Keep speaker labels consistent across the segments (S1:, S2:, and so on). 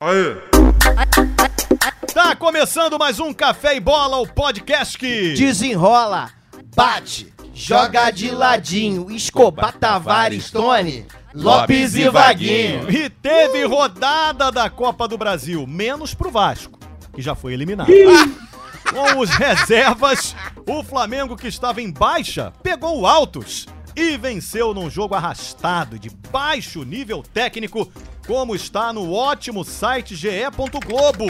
S1: Aê!
S2: Tá começando mais um Café e Bola, o podcast que...
S3: Desenrola, bate, joga de ladinho, Escobar, Tavares, Tony, Lopes e Vaguinho.
S2: E teve rodada da Copa do Brasil, menos pro Vasco, que já foi eliminado. Com os reservas, o Flamengo que estava em baixa pegou o Altos e venceu num jogo arrastado de baixo nível técnico, como está no ótimo site ge.globo.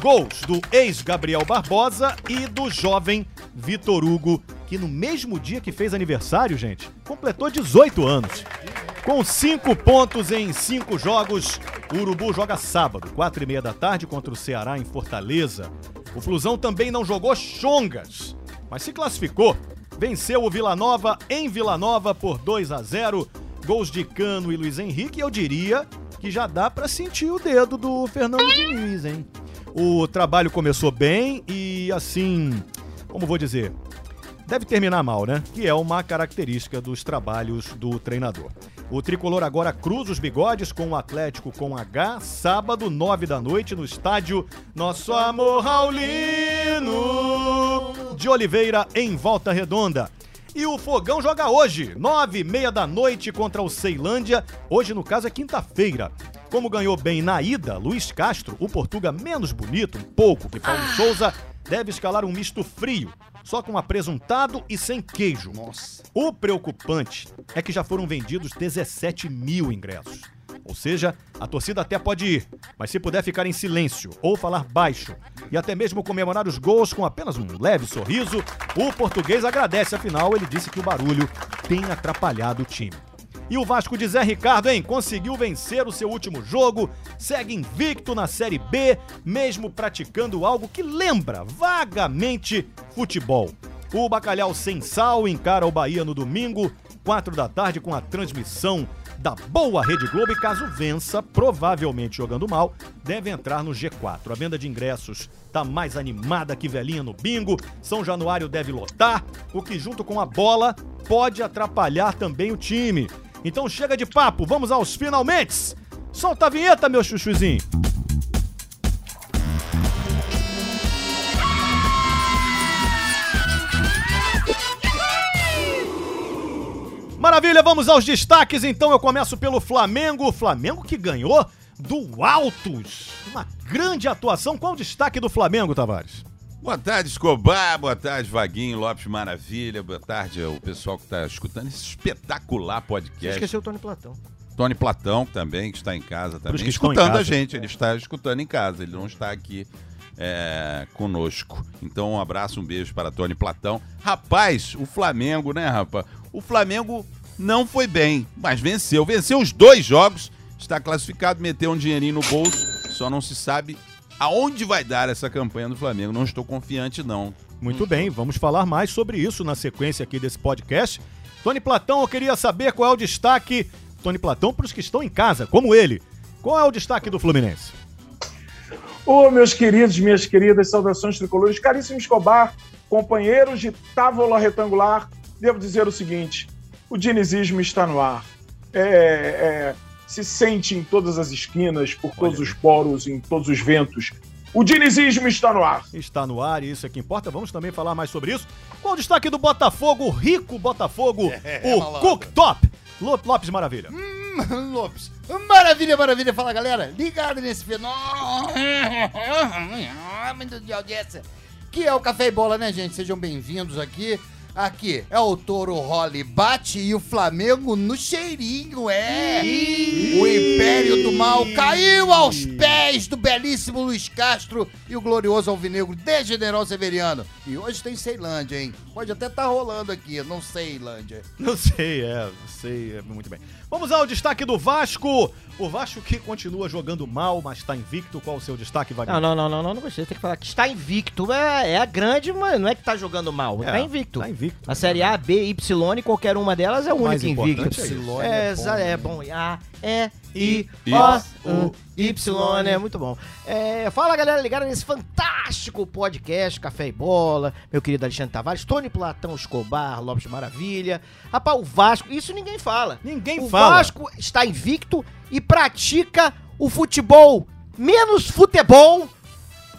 S2: Gols do ex-Gabriel Barbosa e do jovem Vitor Hugo, que no mesmo dia que fez aniversário, gente, completou 18 anos. Com cinco pontos em cinco jogos, o Urubu joga sábado, quatro e meia da tarde, contra o Ceará em Fortaleza. O Flusão também não jogou chongas, mas se classificou. Venceu o Vila Nova em Vila Nova por 2 a 0. Gols de Cano e Luiz Henrique, eu diria que já dá pra sentir o dedo do Fernando Diniz, hein? O trabalho começou bem e assim, como vou dizer, deve terminar mal, né? Que é uma característica dos trabalhos do treinador. O tricolor agora cruza os bigodes com o Atlético com H, sábado, nove da noite, no estádio Nosso Amor Raulino de Oliveira, em Volta Redonda. E o Fogão joga hoje, nove e meia da noite, contra o Ceilândia. Hoje, no caso, é quinta-feira. Como ganhou bem na ida, Luiz Castro, o Portuga menos bonito, um pouco, que Paulo Souza, deve escalar um misto frio, só com apresuntado e sem queijo.
S3: Nossa.
S2: O preocupante é que já foram vendidos 17 mil ingressos. Ou seja, a torcida até pode ir, mas se puder ficar em silêncio ou falar baixo e até mesmo comemorar os gols com apenas um leve sorriso, o português agradece, afinal ele disse que o barulho tem atrapalhado o time. E o Vasco de Zé Ricardo, hein? Conseguiu vencer o seu último jogo, segue invicto na Série B, mesmo praticando algo que lembra vagamente futebol. O Bacalhau Sem Sal encara o Bahia no domingo, 4 da tarde, com a transmissão da boa Rede Globo. E caso vença, provavelmente jogando mal, deve entrar no G4. A venda de ingressos tá mais animada que velhinha no bingo. São Januário deve lotar, o que, junto com a bola, pode atrapalhar também o time. Então chega de papo, vamos aos finalmente! Solta a vinheta, meu chuchuzinho! Maravilha, vamos aos destaques. Então eu começo pelo Flamengo. O Flamengo que ganhou do Altos. Uma grande atuação. Qual o destaque do Flamengo, Tavares?
S1: Boa tarde, Escobar. Boa tarde, Vaguinho, Lopes Maravilha. Boa tarde ao pessoal que está escutando esse espetacular podcast.
S3: Esqueceu o Tony Platão.
S1: Tony Platão também, que está em casa também.
S2: que estão em
S1: escutando a
S2: casa.
S1: gente, ele está escutando em casa, ele não está aqui é, conosco. Então, um abraço, um beijo para Tony Platão. Rapaz, o Flamengo, né, rapaz? O Flamengo não foi bem, mas venceu. Venceu os dois jogos, está classificado, meteu um dinheirinho no bolso, só não se sabe aonde vai dar essa campanha do Flamengo. Não estou confiante, não.
S2: Muito bem, vamos falar mais sobre isso na sequência aqui desse podcast. Tony Platão, eu queria saber qual é o destaque. Tony Platão, para os que estão em casa, como ele. Qual é o destaque do Fluminense?
S4: Ô, meus queridos, minhas queridas, saudações tricolores. Caríssimo Escobar, companheiros de távola retangular, devo dizer o seguinte: o dinizismo está no ar. É, é, se sente em todas as esquinas, por todos os poros, em todos os ventos. O dinizismo está no ar.
S2: Está no ar e isso é que importa. Vamos também falar mais sobre isso. Qual o destaque do Botafogo, o rico Botafogo, o
S5: malandro.
S2: Cooktop? Lo- Lopes Maravilha.
S5: Hum, Lopes. Maravilha, maravilha. Fala, galera. Ligado nesse fenômeno de audiência. Que é o Café e Bola, né, gente? Sejam bem-vindos aqui. Aqui é o Toro Role Bate e o Flamengo no cheirinho, é! O Império do Mal caiu aos pés do belíssimo Luiz Castro e o glorioso Alvinegro de General Severiano. E hoje tem Ceilândia, hein? Pode até estar rolando aqui, não sei, Ceilândia.
S2: Não sei, é, não sei, é, muito bem. Vamos ao destaque do Vasco. O Vasco que continua jogando mal, mas está invicto. Qual o seu destaque, Wagner?
S3: Não, não, não, não, não, não gostei. Tem que falar que está invicto. É, é a grande, mas não é que tá jogando mal. tá invicto.
S2: tá invicto.
S3: A série A, B, Y, e qualquer uma delas é o
S2: mais
S3: único invicto.
S2: importante é isso.
S3: É, exa- é bom. A, E, I,
S1: I,
S3: O,
S1: U,
S3: U, Y, é muito bom. É, fala, galera, ligada nesse fantástico podcast Café e Bola. Meu querido Alexandre Tavares, Tony Platão Escobar, Lopes Maravilha. Rapaz, o Vasco, isso ninguém fala.
S2: Ninguém
S3: o
S2: fala.
S3: Vasco está invicto e pratica o futebol menos futebol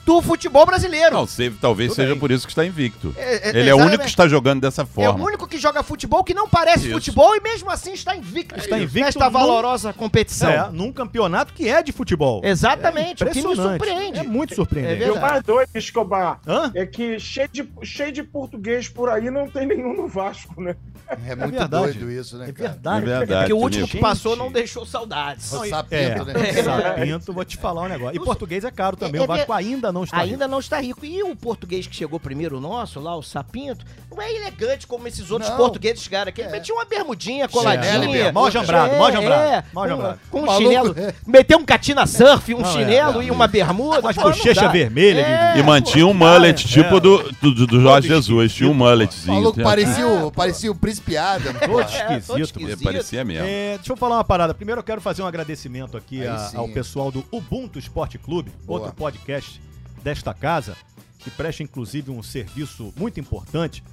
S3: do futebol brasileiro.
S1: Não, se- talvez
S3: Tudo
S1: seja
S3: bem.
S1: por isso que está invicto.
S3: É, é,
S1: Ele é o único que
S3: exatamente.
S1: está jogando dessa
S3: É o
S1: forma.
S3: único que joga futebol que não parece
S1: Isso.
S3: futebol e mesmo assim está invicto.
S2: Está invicto
S3: Nesta
S2: num-
S3: valorosa competição.
S2: É, num campeonato que é de futebol.
S3: Exatamente, o que nos
S2: Impressionante.
S3: surpreende.
S2: É muito
S3: É
S2: surpreendente.
S4: E o
S3: verdade.
S4: mais doido, Escobar,
S2: Hã?
S4: é que cheio de, cheio de português por aí não tem nenhum no Vasco, né?
S5: É muito
S2: verdade.
S5: doido isso, né,
S2: É
S5: cara?
S1: É
S2: verdade.
S1: verdade,
S3: Porque o último
S1: Toninho.
S3: que passou não deixou saudades.
S5: Não,
S2: É,
S5: Sapento, né?
S2: sapento, vou te falar um negócio. E português é caro também,
S3: É,
S2: o Vasco
S3: é-
S2: ainda não está
S3: Ainda não está rico. E o português que chegou primeiro, o nosso, lá, o Sapinto, não é elegante como esses outros
S5: Não.
S3: portugueses chegaram aqui. Ele
S5: É.
S3: metia uma bermudinha
S5: Chinelo e
S3: coladinha.
S5: bermuda.
S2: Mal jambrado,
S3: É,
S2: mal jambrado,
S3: é.
S2: mal jambrado.
S3: Com, com um
S5: Maluco.
S3: chinelo. Meteu um catina surf, um
S2: Não, é,
S3: chinelo
S2: é.
S3: e uma bermuda.
S2: Com as
S3: Pô, não
S2: bochechas
S3: dá.
S2: vermelhas,
S3: É,
S1: E mantinha um mullet tipo
S2: é.
S1: do, do, do Jorge Jesus. Tinha um
S5: O
S1: mulletzinho.
S5: maluco
S1: Tinha-
S5: parecia, o, parecia o príncipe Adam.
S2: Todo
S5: cara.
S3: É, todo
S2: esquisito.
S1: É,
S2: mano.
S1: parecia mesmo.
S2: É, deixa eu falar uma parada. Primeiro eu quero fazer um agradecimento aqui
S5: Aí
S2: a-
S5: sim.
S2: ao pessoal do Ubuntu Esporte Clube,
S5: Boa.
S2: outro podcast desta casa, que presta inclusive um serviço muito importante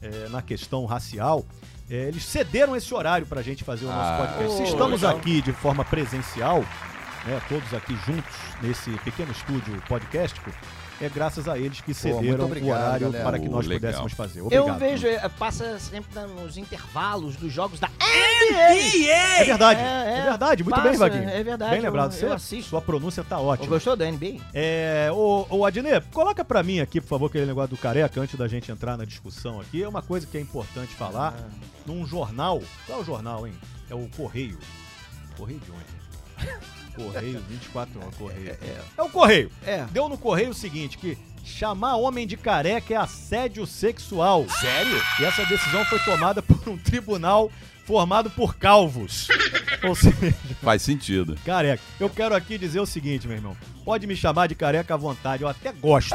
S2: é, na questão racial. É, eles cederam esse horário pra gente fazer o nosso
S1: Ah,
S2: podcast. Se
S1: pô,
S2: estamos
S1: legal.
S2: aqui de forma presencial, né, todos aqui juntos nesse pequeno estúdio podcastico, é graças a eles que
S5: muito
S2: cederam
S5: obrigado,
S2: o horário
S5: galera.
S2: para que nós
S1: Pô, legal.
S2: pudéssemos fazer.
S3: Eu
S2: Obrigado.
S3: vejo, é, passa sempre na- nos intervalos dos jogos da NBA.
S2: É verdade,
S3: É,
S2: é,
S3: é.
S2: verdade. Muito
S3: Passa,
S2: bem, Vaguinho.
S3: é verdade,
S2: Bem lembrado.
S3: eu-
S2: Você-
S3: eu assisto.
S2: Sua pronúncia tá
S3: Ô,
S2: ótima.
S3: Gostou da NBA?
S2: É, ô, ô Adnet, coloca pra mim aqui, por favor, aquele negócio do careca antes da gente entrar na discussão aqui. É uma coisa que é importante falar.
S3: Ah.
S2: Num jornal. Qual é o jornal, hein? É o Correio. Correio de onde? Correio 24 horas, Correio. É, o Correio.
S3: É.
S2: Deu no Correio o seguinte, que chamar homem de careca é assédio sexual. Sério? E essa decisão foi tomada por um tribunal formado por calvos. Ou seja,
S1: Faz sentido. É
S2: Careca. Eu quero aqui dizer o seguinte, meu irmão. Pode me chamar de careca à vontade, eu até gosto.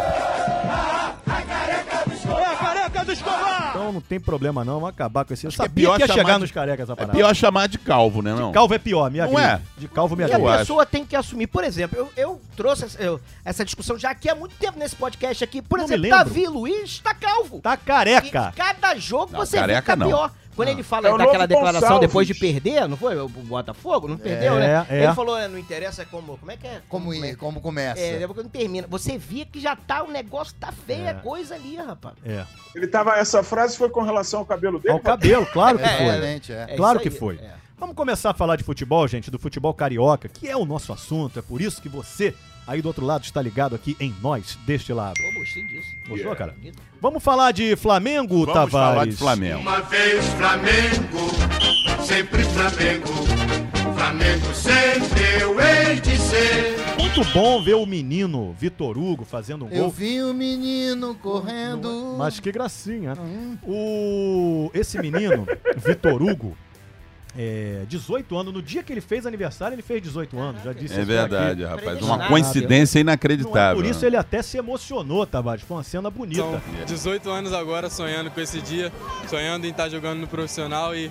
S2: É Então não tem problema não, vamos acabar com esse. Eu
S1: que é
S2: sabia
S1: pior
S2: que ia
S1: chamar
S2: chegar
S1: de-
S2: nos carecas essa
S1: É
S2: parada.
S1: pior chamar de calvo, né? Não.
S2: Calvo é pior, me
S1: Não
S2: agride.
S1: é?
S2: De calvo me
S3: E a
S1: Eu acho.
S2: agride.
S3: pessoa tem que assumir. Por exemplo, eu, eu trouxe essa, eu- essa discussão já aqui há muito tempo nesse podcast aqui. Por
S2: Não me
S3: exemplo,
S2: lembro.
S3: Davi Luiz tá calvo.
S2: Tá
S3: E
S2: careca.
S3: cada jogo
S1: Não,
S3: você
S1: careca
S3: fica
S1: não.
S3: pior. Quando ele fala
S4: É o
S3: daquela
S4: novo
S3: declaração
S4: Gonçalves.
S3: depois de perder, não foi? O Botafogo? Não perdeu, né?
S2: é.
S3: Ele falou, "É, não interessa como. Como é que é?
S5: Como,
S3: é?
S5: i- como começa?
S3: É, depois que não termina. Você via que já tá, o negócio tá feio,
S2: É.
S3: a coisa ali, rapaz.
S2: É.
S4: Ele tava, essa frase foi com relação ao cabelo dele.
S2: Ao cabelo, claro que
S5: É,
S2: foi.
S5: realmente, é.
S3: É
S2: Claro
S3: isso
S2: que foi.
S3: é.
S2: Vamos começar a falar de futebol, gente, do futebol carioca, que é o nosso assunto. É por isso que você aí do outro lado está ligado aqui em nós, deste lado.
S3: Pô, gostei disso.
S2: Gostou, cara?
S3: Bonito.
S2: Vamos falar de Flamengo,
S1: Vamos
S2: Tavares?
S1: falar de Flamengo.
S6: Uma vez Flamengo, sempre Flamengo. Flamengo sempre eu hei de ser.
S2: Muito bom ver o menino Vitor Hugo fazendo um
S5: Eu
S2: gol.
S5: vi o menino correndo.
S2: Mas que gracinha. né?
S5: Hum.
S2: O... Esse menino, Vitor Hugo, é, 18 anos. No dia que ele fez aniversário, ele fez 18 anos. Já disse
S1: É
S2: isso aqui.
S1: verdade, rapaz.
S3: Predestinado.
S1: Uma coincidência
S2: Não é
S1: inacreditável.
S2: por isso
S1: né?
S2: ele até se emocionou, Tavares. Foi uma cena bonita.
S7: São 18 Então, anos agora sonhando com esse dia, sonhando em estar jogando no profissional e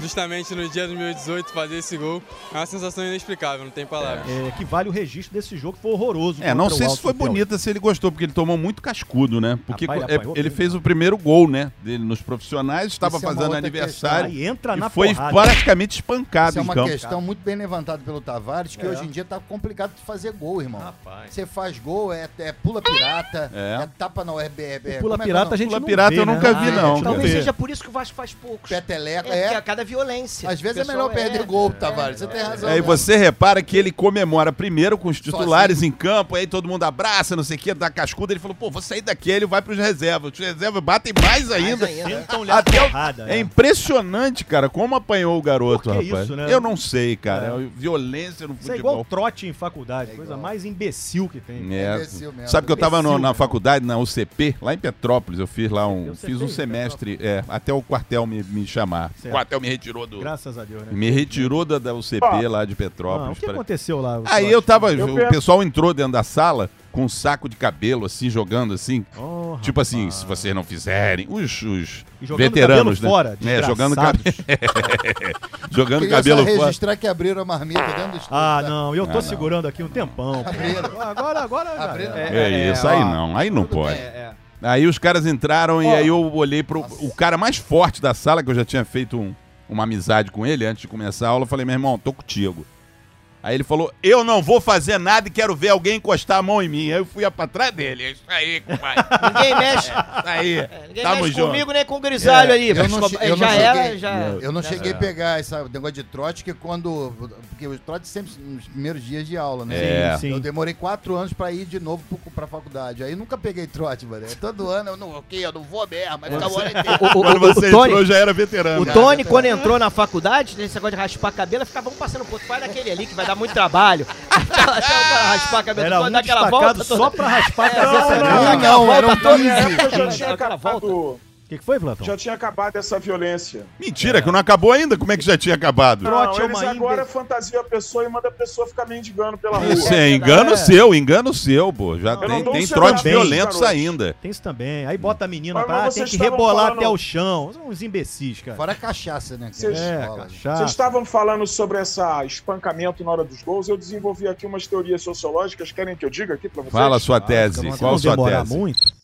S7: justamente no dia do 2018 fazer esse gol é uma sensação inexplicável, não tem palavras.
S2: É, que vale o registro desse jogo, que foi horroroso.
S1: É, não
S2: contra o
S1: sei se
S2: Alto
S1: foi
S2: Hotel.
S1: bonita, se ele gostou, porque ele tomou muito cascudo, né? Porque
S2: Rapaz,
S1: co- é-
S2: apanhou
S1: ele
S2: bem,
S1: fez o primeiro gol, né? Dele nos profissionais, estava
S5: Isso é uma
S1: fazendo
S5: outra
S1: aniversário.
S2: Aí entra tá na
S1: e foi
S2: porrada.
S1: praticamente espancado
S5: Isso é
S1: em
S5: uma
S1: campo.
S5: questão muito bem levantada pelo Tavares, que
S2: É.
S5: hoje em dia tá complicado de fazer gol, irmão.
S2: Rapaz.
S5: Você faz gol, é, é pula pirata,
S1: É.
S5: é, tapa na URB. É, é, como é
S2: O Pula
S5: que é o
S2: Pirata
S5: nome?
S2: a gente
S1: Pula
S2: não
S1: Pirata
S2: vê,
S1: eu
S2: né?
S1: nunca vi,
S2: Ah, a gente
S1: não, cara.
S2: vê.
S3: Talvez seja por isso que o Vasco faz poucos.
S5: Peteleco,
S3: É, porque
S5: é.
S3: a cada violência.
S5: Às vezes é
S3: O pessoal
S5: melhor perder gol, Tavares. Você tem razão.
S1: É, e
S5: né?
S1: você repara que ele comemora primeiro com os titulares em campo, aí todo mundo abraça, não sei o que, dá cascuda. Ele falou, pô, vou sair daqui, aí ele vai pros reservas. Os reservas batem mais ainda.
S3: ainda.
S2: Sentam-lhe a
S1: Até o-
S2: porrada.
S1: É
S2: né?
S1: impressionante, cara, como apanhou o garoto,
S2: Por que
S1: rapaz.
S2: isso, né? É.
S1: Eu não sei, cara. É Violência no
S2: Isso
S1: futebol.
S2: é igual né? trote em faculdade,
S5: É
S2: coisa
S5: igual.
S2: mais imbecil que tem.
S1: É.
S5: imbecil mesmo.
S1: Sabe que eu tava no-
S5: Imbecil
S1: na
S5: mesmo.
S1: faculdade, na UCP, lá em Petrópolis, eu fiz lá um.
S2: Eu sei
S1: Fiz um
S2: bem,
S1: semestre, é, até o quartel me, me chamar.
S2: Certo.
S1: O quartel me retirou do.
S2: Graças a Deus, né?
S1: Me retirou da, da UCP lá de
S2: Ah, o
S1: Petrópolis.
S2: que
S1: pra-
S2: aconteceu lá?
S1: Aí eu tava.
S4: Eu
S1: o
S4: penso-
S1: pessoal entrou dentro da sala com um saco de cabelo, assim, jogando assim.
S2: Oh,
S1: tipo assim, se vocês não fizerem, os, os
S2: E jogando
S1: veteranos,
S2: cabelo
S1: né?
S2: fora,
S1: É, jogando,
S2: desgraçados.
S1: cabe- jogando
S5: Queria
S1: cabelo
S5: só
S1: fora.
S5: registrar que abriram a marmita dentro do estúdio.
S2: Ah,
S5: tá?
S2: não, eu tô segurando aqui um tempão. pô.
S5: Abriram.
S2: Agora, agora. já
S5: Abriram.
S2: era.
S1: É, isso, aí não, aí não pode.
S3: é.
S1: Aí os caras entraram e aí eu olhei pro o cara mais forte da sala, que eu já tinha feito um- uma amizade com ele antes de começar a aula, eu falei, meu irmão, tô contigo. Aí ele falou: Eu não vou fazer nada e quero ver alguém encostar a mão em mim. Aí eu fui pra trás dele. É isso aí, compadre.
S3: Ninguém mexe. É,
S1: Isso aí.
S3: Ninguém
S2: Tá,
S1: Tamo
S3: mexe
S1: junto.
S3: comigo nem com o grisalho
S5: É,
S3: aí.
S5: eu não
S3: Escobar-
S5: che- eu
S3: já
S5: não
S3: era,
S5: cheguei-
S3: já.
S5: Eu não cheguei a pegar esse negócio de trote, que quando. Porque o trote sempre nos primeiros dias de aula, né?
S1: É.
S2: Sim, sim.
S5: Eu demorei quatro anos pra ir de novo pro, pra faculdade. Aí nunca peguei trote, mano. Todo ano eu não, ok, eu não vou mesmo, mas fica o ano inteiro.
S3: O, o-
S1: Quando
S3: o-
S1: você
S3: o Tony,
S1: entrou, já era veterano.
S3: o Tony, quando entrou na faculdade, nesse negócio de raspar a cabelo, ficava um passando pro outro. Faz daquele ali que vai dar muito trabalho. Aquela, aquela raspar a cabelo,
S2: Era
S3: toda,
S2: um
S3: dá aquela
S2: destacado
S3: volta
S2: só
S3: toda. É,
S2: pra um raspar a
S3: Não,
S2: cabeça
S3: não.
S2: dela.
S5: Não, não, eram
S4: Na minha
S5: 15.
S4: época eu já tinha
S3: Aquela
S4: acabado,
S2: O que, que foi, Platão?
S4: já tinha acabado essa violência.
S1: Mentira, que não acabou ainda. Como é que já tinha acabado?
S2: Trote é
S4: não,
S2: uma
S4: eles agora fantasiam a pessoa e manda a pessoa ficar mendigando pela rua.
S1: Isso é engano seu, engano seu, pô. Já
S4: Eu
S1: tem,
S4: não dou
S1: tem
S4: um
S1: trotes
S4: centavo,
S1: violentos
S4: garoto.
S1: ainda.
S2: Tem isso também. Aí bota a menina
S4: Mas
S2: pra ah, tem
S4: vocês
S2: que
S4: estavam
S2: rebolar
S4: falando-
S2: até o chão. São uns imbecis, cara.
S5: Fora a cachaça, né? cara?
S4: Vocês-
S2: É,
S5: Escola, gente.
S2: cachaça.
S4: Vocês estavam falando sobre essa espancamento na hora dos gols. Eu desenvolvi aqui umas teorias sociológicas. Querem que eu diga aqui pra vocês?
S1: Fala a sua
S2: Você
S1: tese.
S2: não
S1: Qual a
S2: vai
S1: sua
S2: demorar
S1: tese?
S2: muito.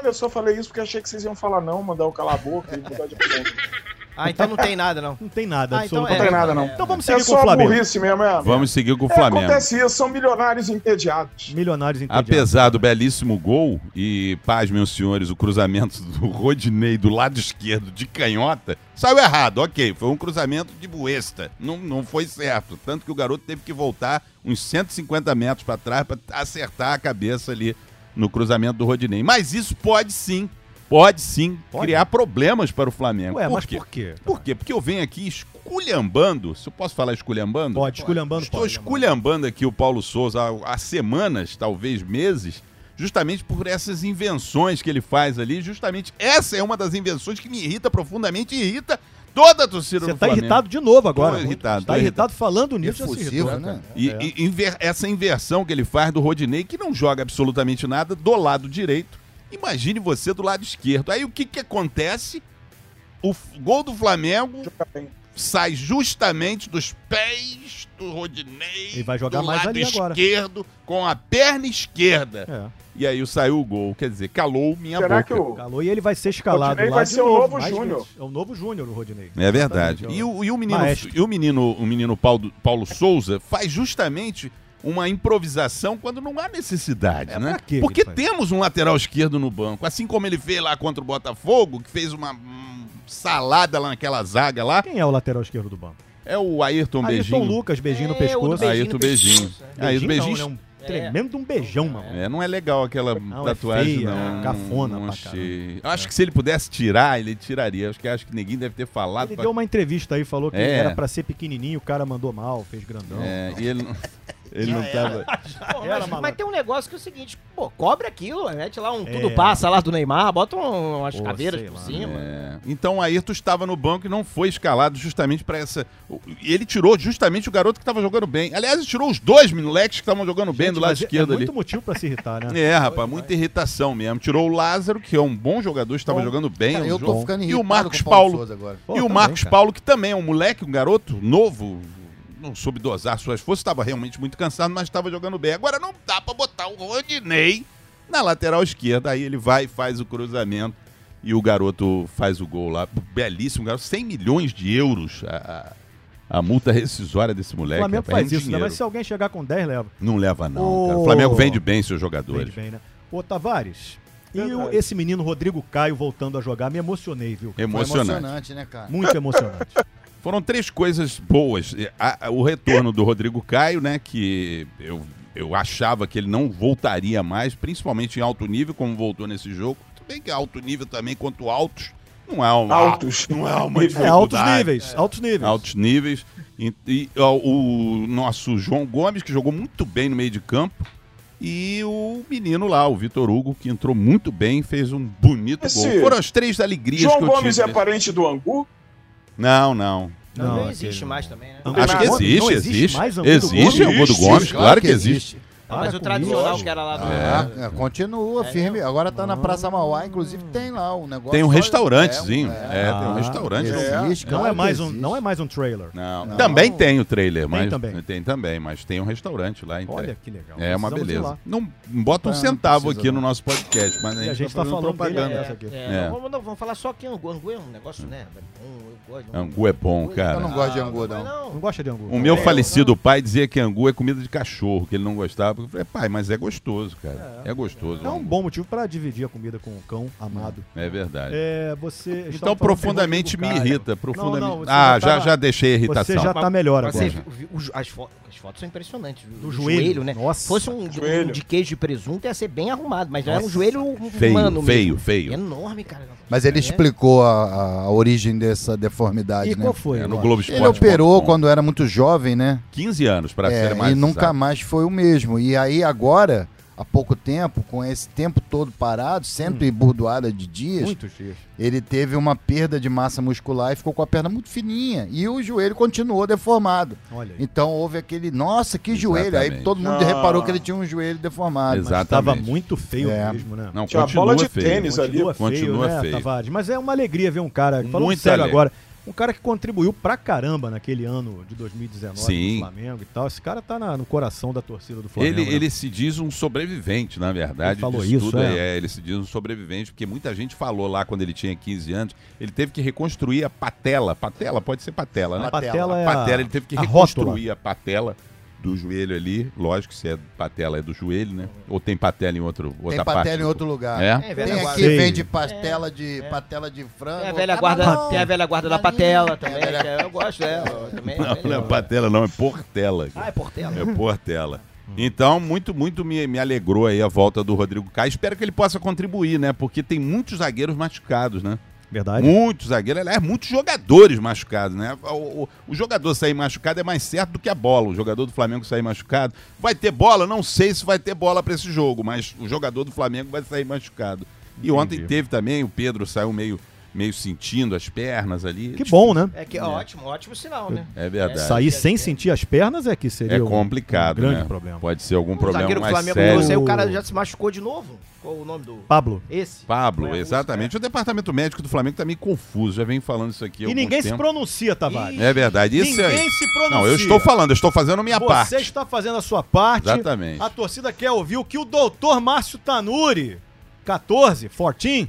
S4: Olha, eu só falei isso porque achei que vocês iam falar não, mandar eu calar a boca e mudar de assunto.
S3: Ah, então não tem nada, não.
S2: Não tem nada,
S3: Ah, então
S2: absolutamente.
S4: Não tem nada, não.
S2: Então vamos
S4: É
S2: seguir com o
S4: só
S2: Flamengo.
S4: burrice mesmo, é.
S1: Vamos seguir com o
S4: É,
S1: Flamengo.
S4: Acontece isso, são milionários entediados.
S2: Milionários entediados.
S1: Apesar do belíssimo gol, e paz, meus senhores, o cruzamento do Rodinei do lado esquerdo de canhota saiu errado, ok. Foi um cruzamento de buesta. Não, não foi certo. Tanto que o garoto teve que voltar uns 150 metros para trás para acertar a cabeça ali no cruzamento do Rodinei. Mas isso pode sim, pode sim
S2: Pode?
S1: criar problemas para o Flamengo.
S2: Ué, mas
S1: quê?
S2: por quê?
S1: Por quê? Porque eu venho aqui esculhambando. Se eu posso falar esculhambando?
S2: Pode, esculhambando,
S1: Estou
S2: pode.
S1: esculhambando aqui o Paulo Souza há, há semanas, talvez meses, justamente por essas invenções que ele faz ali. Justamente essa é uma das invenções que me irrita profundamente e irrita toda a torcida
S2: Você
S1: do
S2: tá
S1: Flamengo.
S2: irritado de novo agora.
S1: Tô irritado,
S2: Tá
S1: tô
S2: irritado falando nisso. já se irritou, É.
S5: Efusivo,
S2: cara.
S5: né?
S1: E, e inver- essa inversão que ele faz do Rodinei, que não joga absolutamente nada do lado direito. Imagine você do lado esquerdo. Aí o que, que acontece? O f- gol do Flamengo sai justamente dos pés do Rodinei.
S2: Ele vai jogar
S1: do
S2: mais
S1: lado
S2: ali agora.
S1: esquerdo, com a perna esquerda.
S2: É.
S1: E aí saiu o gol. Quer dizer, calou minha
S4: Será
S1: boca.
S4: que o.
S2: Calou e ele vai ser escalado
S4: Rodinei
S2: lá
S4: vai
S2: de
S4: ser o
S2: novo,
S4: novo
S2: mais
S4: Júnior.
S2: vezes. É o novo Júnior, o Rodinei.
S1: É verdade.
S2: Exatamente,
S1: E
S2: é
S1: o, e o menino,
S2: Maestro.
S1: e o menino, o menino Paulo, Paulo Souza faz justamente uma improvisação quando não há necessidade,
S2: É,
S1: né?
S2: pra quê que
S1: Porque
S2: faz?
S1: temos um lateral esquerdo no banco, assim como ele fez lá contra o Botafogo, que fez uma hum, salada lá naquela zaga lá.
S2: Quem é o lateral esquerdo do banco?
S1: É o Ayrton
S2: Ayrton
S1: Beijinho.
S2: Lucas, beijinho no
S3: É, o do
S2: pescoço.
S3: beijinho.
S1: Aí tu beijinho. Aí os
S2: Beijinho não,
S1: beijinhos.
S2: né? Um tremendo de um beijão, mano.
S1: É, não é legal aquela
S2: Não, é
S1: tatuagem,
S2: feia,
S1: não.
S2: é cafona
S1: não
S2: pra
S1: achei. Acho que se ele pudesse tirar, ele tiraria. Acho que acho que ninguém deve ter falado.
S2: Ele
S1: pra-
S2: deu uma entrevista aí, falou que
S1: É.
S2: era pra ser pequenininho, o cara mandou mal, fez grandão.
S1: É, e ele não, ele não tava.
S3: Pô,
S2: um Era,
S3: mas,
S2: malandro.
S3: mas tem um negócio que é o seguinte, pô, cobre aquilo, mete lá um
S2: É.
S3: tudo passa lá do Neymar, bota um- umas
S2: Pô,
S3: caveiras
S2: sei
S3: por
S2: lá, né?
S3: cima.
S1: É, Então o Ayrton estava no banco e não foi escalado justamente para essa. o- Ele tirou justamente o garoto que estava jogando bem. Aliás, ele tirou os dois moleques que estavam jogando bem
S2: Gente,
S1: do lado
S2: mas é-
S1: esquerdo
S2: é
S1: ali.
S2: muito motivo pra se irritar, né?
S1: É, rapaz, muita irritação mesmo. Tirou o Lázaro, que é um bom jogador, estava jogando bem.
S5: Cara,
S1: no
S5: eu
S1: jogo.
S5: tô ficando
S1: E o
S5: irritado
S1: Marcos
S5: com o Paulo
S1: Paulo.
S5: Souza agora.
S2: Pô,
S1: e o
S2: tá
S1: Marcos
S2: bem, cara.
S1: Paulo, que também é um moleque, um garoto novo, não soube dosar suas forças, estava realmente muito cansado, mas estava jogando bem. Agora não dá para botar o Rodinei na lateral esquerda. Aí ele vai e faz o cruzamento e o garoto faz o gol lá. Belíssimo um garoto, 100 milhões de euros a, a, a multa rescisória desse
S2: O
S1: moleque.
S2: Flamengo
S1: rapaz, é
S2: faz
S1: um
S2: isso, né?
S1: dinheiro.
S2: Mas se alguém chegar com 10, leva.
S1: Não leva não,
S2: Ô.
S1: cara. O Flamengo vende bem
S2: Vende
S1: seus jogadores.
S2: bem, né? Ô, Tavares, e
S4: Verdade.
S2: o- esse menino Rodrigo Caio voltando a jogar, me emocionei, viu? cara?
S5: Foi
S1: Emocionante.
S5: emocionante, né, cara?
S2: Muito emocionante.
S1: Foram três coisas boas. E a- a- O retorno do Rodrigo Caio, né? Que eu, eu achava que ele não voltaria mais, principalmente em alto nível, como voltou nesse jogo. Tudo bem que é alto nível também, quanto altos, não é um.
S4: Altos.
S1: Não é uma
S2: É,
S1: dificuldade.
S2: altos níveis, altos níveis.
S1: Altos níveis. E, e, ó, o nosso João Gomes, que jogou muito bem no meio de campo. E o menino lá, o Vitor Hugo, que entrou muito bem, fez um bonito
S4: Esse-
S1: gol. Foram as três alegrias
S4: João
S1: que eu
S4: Gomes
S1: tive.
S4: é parente do Angu?
S1: Não, não.
S3: Não,
S2: Não,
S3: não
S2: aquele
S3: existe
S2: não.
S3: mais também, né?
S2: Não.
S1: Acho que
S4: Não
S1: existe,
S2: existe
S1: existe.
S2: mais Angu do
S1: Existe
S2: Gomes?
S1: Angu do Gomes, claro que existe.
S2: Para
S3: mas o
S2: com
S3: tradicional
S2: isso.
S3: que era lá do.
S5: É, é, continua firme. Agora tá na
S2: Ah.
S5: Praça Mauá, inclusive tem lá um negócio.
S1: Tem um
S5: Olha,
S1: restaurantezinho.
S5: é,
S1: É, tem um restaurante.
S5: É.
S1: no-
S5: Existe,
S2: Não
S5: claro
S2: é
S5: que
S2: mais um,
S5: existe.
S2: não é mais um trailer.
S1: Não. Também tem o trailer, mas.
S2: também.
S1: Tem também, mas tem um restaurante lá em
S2: Olha que legal.
S1: É uma
S2: Precisamos ir
S1: beleza.
S2: lá.
S1: Não bota um
S5: Ah, não
S1: centavo
S5: precisa,
S1: aqui no
S5: não.
S1: nosso podcast, mas a
S2: E
S1: gente,
S2: a gente tá
S1: tá fazendo
S2: falando dele,
S1: propaganda.
S2: essa aqui.
S1: É.
S3: não, vamos, não, vamos falar só que angu. Angu é um negócio, né? Bom, eu gosto um de
S1: Angu é bom,
S5: Eu não
S1: cara.
S5: gosto de angu,
S3: Mas
S5: não.
S2: Não gosta de angu?
S1: O meu
S3: É,
S1: falecido pai dizia que angu é comida de cachorro, que ele não gostava. Eu falei, pai, mas é gostoso, cara. É gostoso.
S2: É um
S1: angu.
S2: bom motivo pra dividir a comida com o cão amado.
S1: É verdade.
S2: É, você.
S1: Então
S2: estava falando
S1: profundamente
S2: do
S1: me
S2: Caio.
S1: irrita,
S2: Não,
S1: profundamente.
S2: não, você
S1: ah, já,
S2: já tá-
S1: já deixei a irritação.
S2: Você já tá melhor
S3: Mas
S2: agora.
S3: vocês vi- os- as, fo- as fotos são impressionantes.
S2: Do
S3: O
S2: joelho,
S3: né?
S2: nossa.
S3: Se fosse um, de-
S4: Joelho.
S3: um de queijo de presunto, ia ser bem arrumado, mas era um
S2: Nossa.
S3: joelho
S1: Feio,
S3: humano
S1: feio,
S3: mesmo. É
S1: feio.
S3: Enorme, cara.
S5: Mas ele
S3: É.
S5: explicou a, a origem dessa deformidade,
S2: E
S5: né?
S2: qual foi?
S1: É, no
S2: Lopes?
S1: Globo
S5: Ele operou
S1: Esporte.com.
S5: quando era muito jovem, né?
S1: 15 anos, pra
S5: É,
S1: ser mais
S5: e nunca
S1: exato.
S5: mais foi o mesmo. E aí agora, há pouco tempo, com esse tempo todo parado, cento
S1: Hum.
S5: e burdoada de dias,
S2: Muitos dias.
S5: ele teve uma perda de massa muscular e ficou com a perna muito fininha. E o joelho continuou deformado.
S2: Olha aí.
S5: Então houve aquele, nossa, que joelho. Aí
S1: Exatamente.
S5: todo mundo
S4: Não.
S5: reparou que ele tinha um joelho deformado. mas-
S1: Exatamente.
S2: Tava muito feio
S5: É.
S2: mesmo, né?
S1: Não,
S4: Tinha uma
S1: continua
S4: bola de
S1: feio.
S4: tênis ali.
S2: Continua feio,
S1: Continua
S2: né,
S1: feio.
S2: Tavares? Mas é uma alegria ver um cara, falando
S1: Muito
S2: sério
S1: alegre.
S2: agora, um cara que contribuiu pra caramba naquele ano de 2019
S1: Sim.
S2: no Flamengo e tal. Esse cara tá na- no coração da torcida do Flamengo.
S1: Ele,
S2: né?
S1: ele se diz um sobrevivente, na verdade.
S2: Ele falou
S1: disso
S2: isso,
S1: tudo.
S2: é.
S1: ele se diz um sobrevivente, porque muita gente falou lá quando ele tinha 15 anos, ele teve que reconstruir a patela. Patela, pode ser patela, né?
S2: A patela é a-
S1: patela, ele teve que
S2: a
S1: reconstruir a patela do joelho ali. Lógico, se é patela é do joelho, né? Ou tem patela em outro, outra
S5: Tem
S1: parte.
S5: patela em outro lugar.
S1: É?
S3: É,
S5: Tem
S3: velha
S5: aqui
S3: guarda.
S2: Sei.
S5: vende pastela de patela de frango.
S3: Tem É. a velha
S5: Ah,
S1: Tá
S3: guarda,
S5: não.
S3: tem a velha guarda da
S5: Galinha.
S3: patela
S5: Tem a
S3: também.
S5: velha-
S3: que é, Eu gosto dela. eu Também,
S1: Não, não é
S3: velha-
S1: patela, não, é portela.
S3: Ah, é portela.
S1: É Portela. Então, muito, muito me, me alegrou aí a volta do Rodrigo Caio. Espero que ele possa contribuir, né? Porque tem muitos zagueiros machucados, né?
S2: Verdade?
S1: Muitos zagueiros, aliás, muitos jogadores machucados, né? O, o- o jogador sair machucado é mais certo do que a bola. O jogador do Flamengo sair machucado. Vai ter bola? Não sei se vai ter bola pra esse jogo, mas o jogador do Flamengo vai sair machucado. E ontem teve também, o Pedro saiu meio, meio sentindo as pernas ali.
S2: Que bom, né?
S3: É que ó, ótimo, ótimo sinal, né?
S1: É verdade.
S2: Sair sem sentir as pernas é que seria
S1: É
S2: um-
S1: complicado,
S2: um grande
S1: né?
S2: problema.
S1: Pode ser algum problema
S3: zagueiro do
S1: mais
S3: Flamengo
S1: sério.
S3: trouxe, aí o cara já se machucou de novo. Qual o nome do.
S2: Pablo.
S3: Esse?
S1: Pablo,
S3: Não é
S1: exatamente. O departamento médico do Flamengo tá meio confuso, já vem falando isso aqui. há
S2: E
S1: algum
S2: ninguém se
S1: tempo.
S2: pronuncia, Tavares.
S1: É verdade. Isso
S2: ninguém
S1: aí.
S2: se pronuncia.
S1: Não, eu estou falando, eu estou fazendo a minha
S2: Você
S1: parte.
S2: está fazendo a sua parte.
S1: Exatamente.
S2: A torcida quer ouvir o que o doutor Márcio Tanuri, 14, Fortim,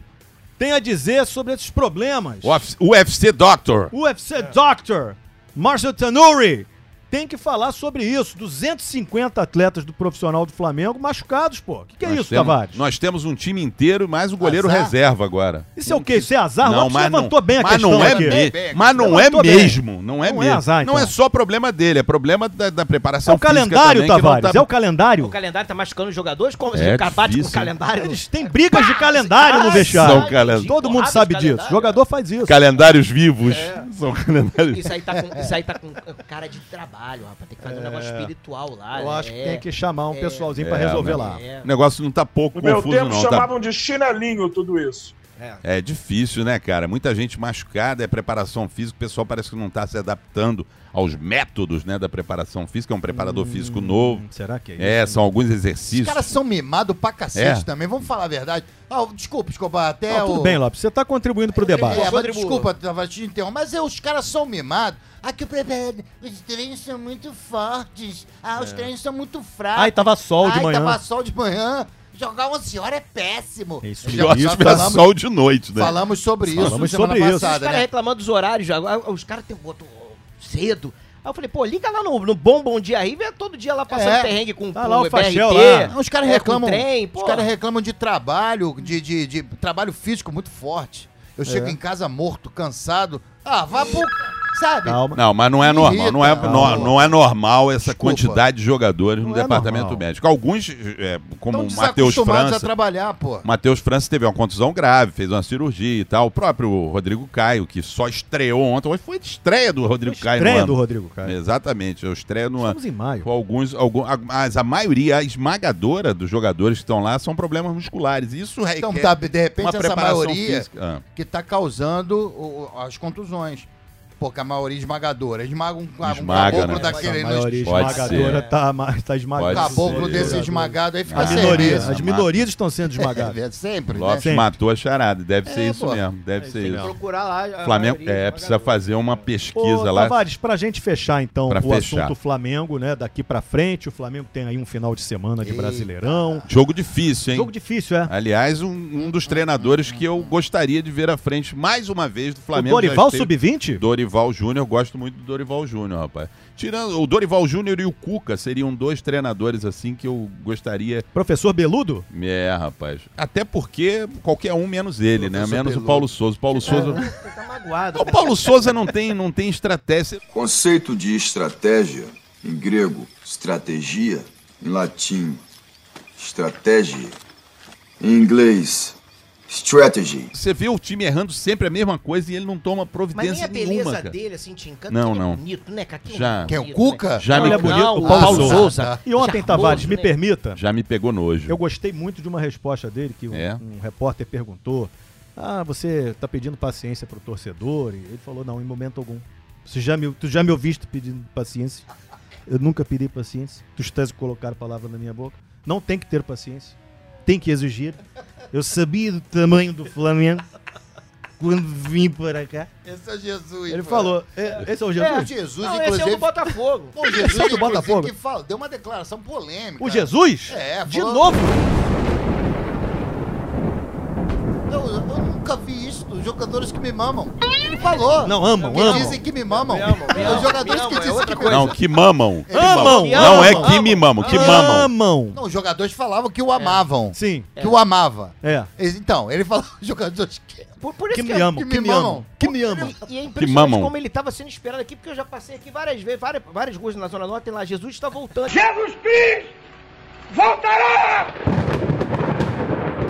S2: tem a dizer sobre esses problemas.
S1: O UFC, UFC Doctor.
S2: O UFC Doctor, Márcio Tanuri, tem que falar sobre isso. 250 atletas do profissional do Flamengo machucados, pô. O que, que é
S1: Nós
S2: isso,
S1: temos-
S2: Tavares?
S1: Nós temos um time inteiro, mais o goleiro
S5: Azar.
S1: reserva agora.
S2: Isso é o quê? Isso é azar? Não,
S1: mas
S2: levantou bem a
S1: mas
S2: questão
S1: não é
S2: aqui.
S1: me-
S5: Bem,
S1: Mas não é
S2: levantou bem.
S1: mesmo. Não é
S2: Não é
S1: mesmo.
S2: azar,
S1: Não é
S2: então.
S1: só problema dele, é problema da, da
S2: É
S1: preparação
S2: o calendário,
S1: física um também, que não
S2: Tavares.
S1: tá-
S2: É o calendário.
S3: O calendário tá machucando os jogadores? Como
S1: É
S3: é acabar com
S1: difícil,
S3: o calendário? Ah, Tipo,
S2: Eles têm brigas de calendário no vestiário.
S1: São calendário.
S2: Todo mundo
S3: Porrada de
S2: sabe
S3: calendário.
S2: disso. Jogador faz isso.
S1: Calendários vivos. São calendários
S3: Isso aí, tá com, isso aí tá com cara de trabalho, rapaz. Tem que fazer um negócio espiritual
S5: Ah,
S3: lá.
S2: Eu
S3: né?
S2: acho que tem que chamar um
S3: É.
S2: pessoalzinho pra
S1: É,
S2: resolver
S1: né?
S2: lá.
S3: É.
S1: O negócio não tá pouco
S4: No meu
S1: confuso,
S4: tempo
S1: não. tá-
S4: chamavam de chinelinho tudo isso.
S1: É difícil, né, cara? Muita gente machucada, é preparação física, o pessoal parece que não tá se adaptando aos métodos, né, da preparação física, é um preparador
S2: Hum.
S1: físico novo.
S2: Será que é isso?
S1: É, são alguns
S5: Os
S1: exercícios.
S5: caras são mimados pra cacete
S1: É.
S5: também, vamos falar a verdade. Ah, desculpa, desculpa, até
S2: Não, tudo
S5: é o...
S2: bem, Lopes. Você tá contribuindo pro
S5: É,
S2: debate.
S5: mas
S3: Contribua.
S5: desculpa, tava te interrompendo, mas é, os caras são mimados. Ah, que o preparo- os treinos são muito fortes. Ah, os treinos são muito fracos.
S2: É. Ai, tava sol de
S5: Ai,
S2: manhã.
S5: tava sol de manhã. Jogar 11 horas é péssimo.
S2: É isso
S1: Eu
S5: Já-
S1: acho
S5: já
S1: que é
S5: falamos-
S1: sol de noite, né?
S5: Falamos sobre isso
S2: Falamos
S5: semana
S2: sobre isso.
S3: Os
S5: passada,
S3: caras
S5: né?
S3: reclamando dos horários já. Ah, Os caras tem botam cedo. Aí eu falei, pô, liga lá no, no Bom Bom Dia aí, vê todo dia lá passando
S5: É.
S3: perrengue com,
S2: Tá
S3: com
S2: lá o Fachel
S3: BRT,
S2: lá.
S5: Não, Os caras
S3: é, com
S5: reclamam,
S3: trem, pô.
S5: os caras reclamam de trabalho, de, de, de trabalho físico muito forte.
S1: É.
S5: Eu chego em casa morto, cansado. Ah, vá pro, sabe?
S2: Calma.
S1: Não, mas não é
S5: Me
S1: normal. Não é,
S5: irrita.
S1: no- não é normal essa
S5: Desculpa.
S1: quantidade de jogadores no
S2: Não é
S1: departamento
S2: normal.
S1: médico. Alguns, é, como
S5: Estão
S1: o Matheus
S5: desacostumados a
S1: França,
S5: trabalhar, pô.
S1: Matheus França teve uma contusão grave, fez uma cirurgia e tal. O próprio Rodrigo Caio, que só estreou ontem, hoje foi estreia do Rodrigo Caio no
S2: Estreia
S1: ano.
S2: do Rodrigo, cara.
S1: Exatamente, eu estreio no ano.
S2: Estamos em maio.
S1: Com alguns, algum, a- mas a maioria a esmagadora dos jogadores que estão lá são problemas musculares. Isso requer
S5: Então, tá, de
S1: é uma
S5: repente, essa
S1: preparação
S5: maioria
S1: física. Ah,
S5: que tá causando o- o- as contusões. Pô, que a maioria esmagadora. Esmaga um, um
S1: Esmaga,
S5: caboclo
S1: né?
S5: daquele.
S2: A
S5: no-
S2: maioria
S1: Pode
S2: esmagadora
S1: ser.
S2: tá, ma- tá
S5: um
S1: Pode
S2: esmagada.
S5: caboclo
S1: ser.
S5: desse Tá esmagado aí fica
S1: Ah,
S2: A
S5: sem
S2: minoria,
S5: vez.
S2: as minorias estão sendo esmagadas.
S5: É, sempre,
S1: Lopes
S5: né?
S2: Sempre.
S1: matou a charada. Deve ser
S5: É,
S1: isso
S5: pô.
S1: mesmo. Deve ser
S3: Tem que
S1: isso.
S3: procurar lá. a
S1: É. Flamengo,
S3: maioria
S1: é,
S3: esmagadora.
S1: precisa fazer uma pesquisa
S2: Ô,
S1: lá.
S2: Tavares, pra gente fechar então
S1: Pra
S2: o
S1: fechar.
S2: assunto Flamengo, né? Daqui pra frente, o Flamengo tem aí um final de semana de
S5: Eita.
S2: Brasileirão.
S1: Jogo difícil, hein?
S2: Jogo difícil, é.
S1: Aliás, um, um dos treinadores que eu gostaria de ver à frente mais uma vez do
S2: O
S1: Flamengo. já
S2: Dorival
S1: esteve-
S2: Sub-20?
S1: Dorival Júnior, eu gosto muito do Dorival Júnior, rapaz. Tirando o Dorival Júnior e o Cuca seriam dois treinadores assim que eu gostaria.
S2: Professor Beludo?
S1: É, rapaz. Até porque qualquer um menos ele, né?
S5: Professor
S1: Menos o
S5: Peludo.
S1: Paulo Souza. O
S2: É.
S1: Paulo Souza,
S3: Você tá magoado.
S1: o Paulo Souza não tem, não tem estratégia.
S8: O conceito de estratégia, em grego, strategia, em latim, strategia, em inglês, strategy.
S1: Você vê o time errando sempre a mesma coisa e ele não toma
S3: Mas nem
S1: providência
S3: a beleza
S1: nenhuma, cara.
S3: dele, assim, te encanta.
S1: Não,
S3: que
S1: não.
S3: É bonito, né, cara? Que
S1: Já.
S5: Quem é o
S3: bonito,
S5: Cuca?
S3: né?
S1: Já
S2: Não,
S1: me,
S2: ele é
S3: Não,
S2: bonito.
S3: o
S2: O Paulo
S3: Paulo
S2: Souza.
S5: tá.
S2: E ontem,
S3: Charmoso,
S2: Tavares, me
S3: né?
S2: permita.
S1: já me pegou nojo.
S2: Eu gostei muito de uma resposta dele que um,
S1: É?
S2: um repórter perguntou: Ah, você tá pedindo paciência pro torcedor? E ele falou: Não, em momento algum. Você já me, tu já me ouviste pedindo paciência? Eu nunca pedi paciência. Tu estás a colocar a palavra na minha boca. Não tem que ter paciência. Tem que exigir. Eu sabia do tamanho do Flamengo quando vim para cá.
S5: Esse é Jesus.
S2: Ele
S5: pô.
S2: falou: "É, Esse é o
S5: O
S2: Jesus?
S5: Jesus,
S3: Não, esse é o
S5: inclusive.
S3: do Botafogo.
S5: o Jesus,
S2: Esse é o do
S5: inclusive,
S2: Botafogo.
S5: que fala- deu uma declaração polêmica.
S2: O Jesus?
S5: É,
S2: De
S5: falou-
S2: novo?
S5: Eu, eu nunca vi isso dos jogadores que me mamam. Ele falou.
S2: Não, amam,
S5: que
S2: amam.
S5: dizem que me mamam.
S3: Me amam, me
S5: Os
S3: amam,
S5: jogadores
S3: me
S5: que
S3: amam, é
S5: dizem
S3: outra
S5: que me
S3: coisa.
S1: Não, que mamam. Que
S2: Amam,
S1: mamam.
S3: amam,
S1: Não é que
S3: amam.
S1: me mamam, que mamam.
S2: Amam.
S5: Não, os jogadores falavam
S3: É.
S5: que o amavam.
S2: Ah, Sim.
S5: Que o amava.
S2: É.
S5: Eles- Então, ele falou os jogadores que.
S3: Por, por isso
S2: Que
S3: que,
S2: me amam,
S5: que
S2: que
S5: me
S2: me amam.
S5: mamam.
S2: Que me amam.
S3: E é
S1: Que
S3: impressionante
S1: mamam.
S3: como ele estava sendo esperado aqui, porque eu já passei aqui várias vezes, várias, várias ruas na Zona Norte, e lá Jesus está voltando.
S6: Jesus Cristo voltará!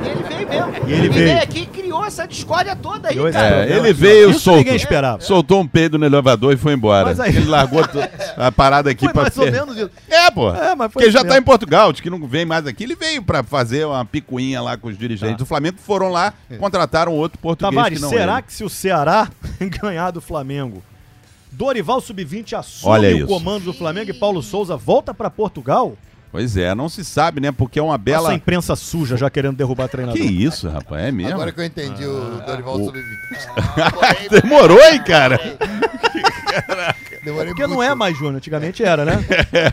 S3: E ele veio mesmo.
S2: E ele veio.
S3: aqui e criou essa discórdia toda aí,
S2: Criou esse
S3: cara.
S2: problema.
S1: É, ele veio,
S2: Isso
S1: soltou,
S2: ninguém esperava.
S1: soltou um peido no elevador e foi embora.
S2: Mas aí-
S1: Ele largou to- a parada aqui
S2: Foi
S1: pra
S2: mais ou
S1: ser-
S2: menos isso.
S1: É, pô.
S2: É, mas foi
S1: Porque
S2: isso
S1: já tá
S2: mesmo.
S1: em Portugal, diz que não vem mais aqui. Ele veio pra fazer uma picuinha lá com os dirigentes do Flamengo, foram lá, contrataram outro português
S2: Tá. É. Tavares,
S1: que não
S2: será
S1: ele.
S2: que se o Ceará ganhar do Flamengo, Dorival Sub-20 assume
S1: Olha
S2: o
S1: isso.
S2: comando do Flamengo e Paulo Souza volta pra Portugal?
S1: Pois é, não se sabe, né? Porque é uma
S2: Essa
S1: bela...
S2: imprensa suja já querendo derrubar treinador.
S1: Que isso, rapaz, é mesmo?
S5: Agora que eu entendi
S3: Ah.
S5: o Dorival
S1: o-
S5: Sub-20.
S1: Demorou, hein, cara?
S5: Demorei
S2: Porque não é mais Júnior, antigamente era, né?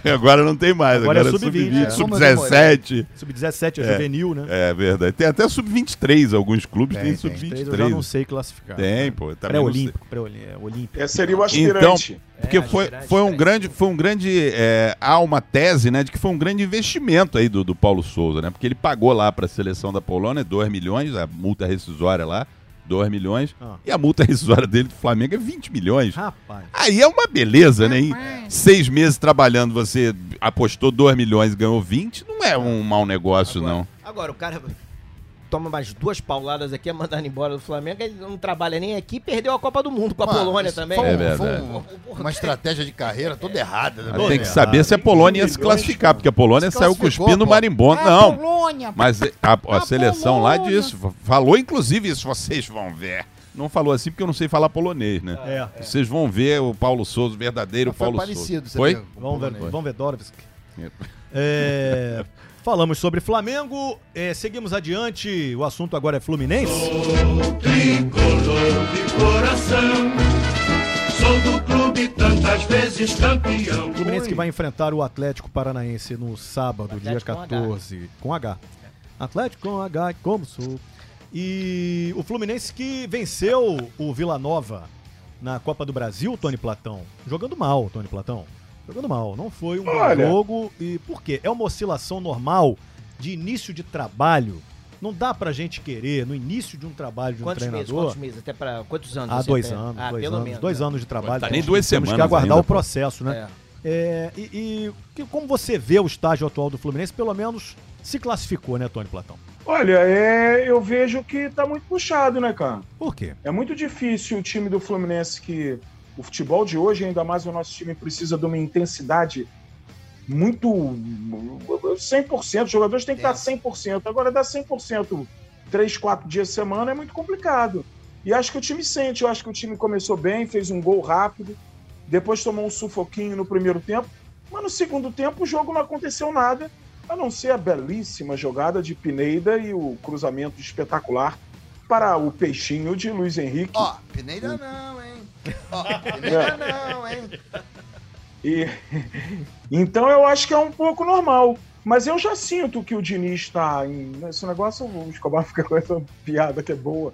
S1: É, Agora não tem mais.
S2: Agora é
S1: Agora, é
S2: sub-vinte,
S1: sub-20,
S2: é.
S1: sub-17.
S2: Sub-17 é,
S1: É.
S2: juvenil, né?
S1: É verdade. Tem até sub-23, alguns clubes têm
S5: Tem, tem.
S2: Três Eu já não
S1: sub-23.
S2: sei classificar.
S1: Tem, pô. eu também não sei.
S2: Pré-olímpico, pré-olí- é, olímpico.
S4: É, seria o
S1: Então,
S4: aspirante.
S1: porque
S3: É,
S1: foi,
S3: aspirante,
S1: foi um
S3: aspirante.
S1: grande, foi um grande, é, há uma tese, né, de que foi um grande investimento aí do, do Paulo Souza, né, porque ele pagou lá para a seleção da Polônia 2 milhões, a multa rescisória lá, 2 milhões,
S2: Ah.
S1: e a multa rescisória dele do Flamengo é 20 milhões.
S2: Rapaz.
S1: Aí é uma beleza, né? Em seis meses trabalhando, você apostou 2 milhões e ganhou 20, não é um mau negócio, não.
S3: Agora, o cara toma mais duas pauladas aqui, é mandado embora do Flamengo, ele não trabalha nem aqui, perdeu a Copa do Mundo com a Polônia também.
S1: É
S5: Foi, um-
S1: verdade.
S5: foi um- uma estratégia de carreira toda errada. né?
S1: Mas
S5: Toda
S1: tem que
S5: errada.
S1: saber se a Polônia ia se classificar, porque a Polônia
S5: Se
S1: saiu
S5: classificou,
S1: cuspindo o
S5: pô.
S1: marimbondo.
S9: É
S1: Não,
S9: A Polônia.
S1: Mas eh, a, a
S9: A
S1: seleção lá
S9: Polônia.
S1: disso, fa- falou inclusive isso, vocês vão ver. Não falou assim porque eu não sei falar polonês, né?
S2: É.
S1: Vocês vão ver o Paulo Souza, o verdadeiro
S5: Mas foi
S1: Paulo
S5: parecido,
S1: Souza.
S5: você
S1: Foi?
S5: viu?
S2: Vamos ver, vamos ver Dorovski.
S1: É.
S2: É, falamos sobre Flamengo, é, seguimos adiante. O assunto agora é Fluminense.
S6: Tricolor de coração, sou do clube tantas vezes campeão.
S2: O Fluminense que vai enfrentar o Atlético Paranaense no sábado, dia
S3: Atlético com H.
S2: 14, com H. Atlético com H, como sou. E o Fluminense que venceu o Vila Nova na Copa do Brasil, Tony Platão. Jogando mal, Tony Platão. Jogando mal. Não foi um bom
S4: Olha.
S2: jogo. E por quê? É uma oscilação normal de início de trabalho. Não dá pra gente querer, no início de um trabalho de um
S3: Quantos meses?
S2: treinador.
S3: Quantos meses? Até pra quantos anos?
S2: Há
S3: você
S2: dois
S3: tem?
S2: anos,
S3: Ah,
S2: dois
S3: pelo
S2: anos,
S3: menos.
S2: dois
S3: né?
S2: anos de trabalho.
S1: Tá
S2: então
S1: nem duas
S2: Temos que
S1: semanas
S2: aguardar
S1: ainda,
S2: o
S1: pô.
S2: processo, né?
S3: É.
S2: É, e, e que- como você vê o estágio atual do Fluminense, pelo menos se classificou, né, Tony Platão?
S4: Olha, é, eu vejo que tá muito puxado, né, cara?
S2: Por quê?
S4: É muito difícil o time do Fluminense que o futebol de hoje, ainda mais o nosso time, precisa de uma intensidade muito 100%. Os jogadores têm que
S5: É.
S4: estar 100%. Agora, dar 100% três, quatro dias por semana é muito complicado. E acho que o time sente, eu acho que o time começou bem, fez um gol rápido, depois tomou um sufoquinho no primeiro tempo, mas no segundo tempo o jogo não aconteceu nada, a não ser a belíssima jogada de Pineda e o cruzamento espetacular para o peixinho de Luiz Henrique.
S5: Ó, Pineira não, hein? Ó, Pineira não, hein?
S4: E então eu acho que é um pouco normal. Mas eu já sinto que o Diniz está em. né, Esse negócio, o Escobar fica com essa piada que é boa.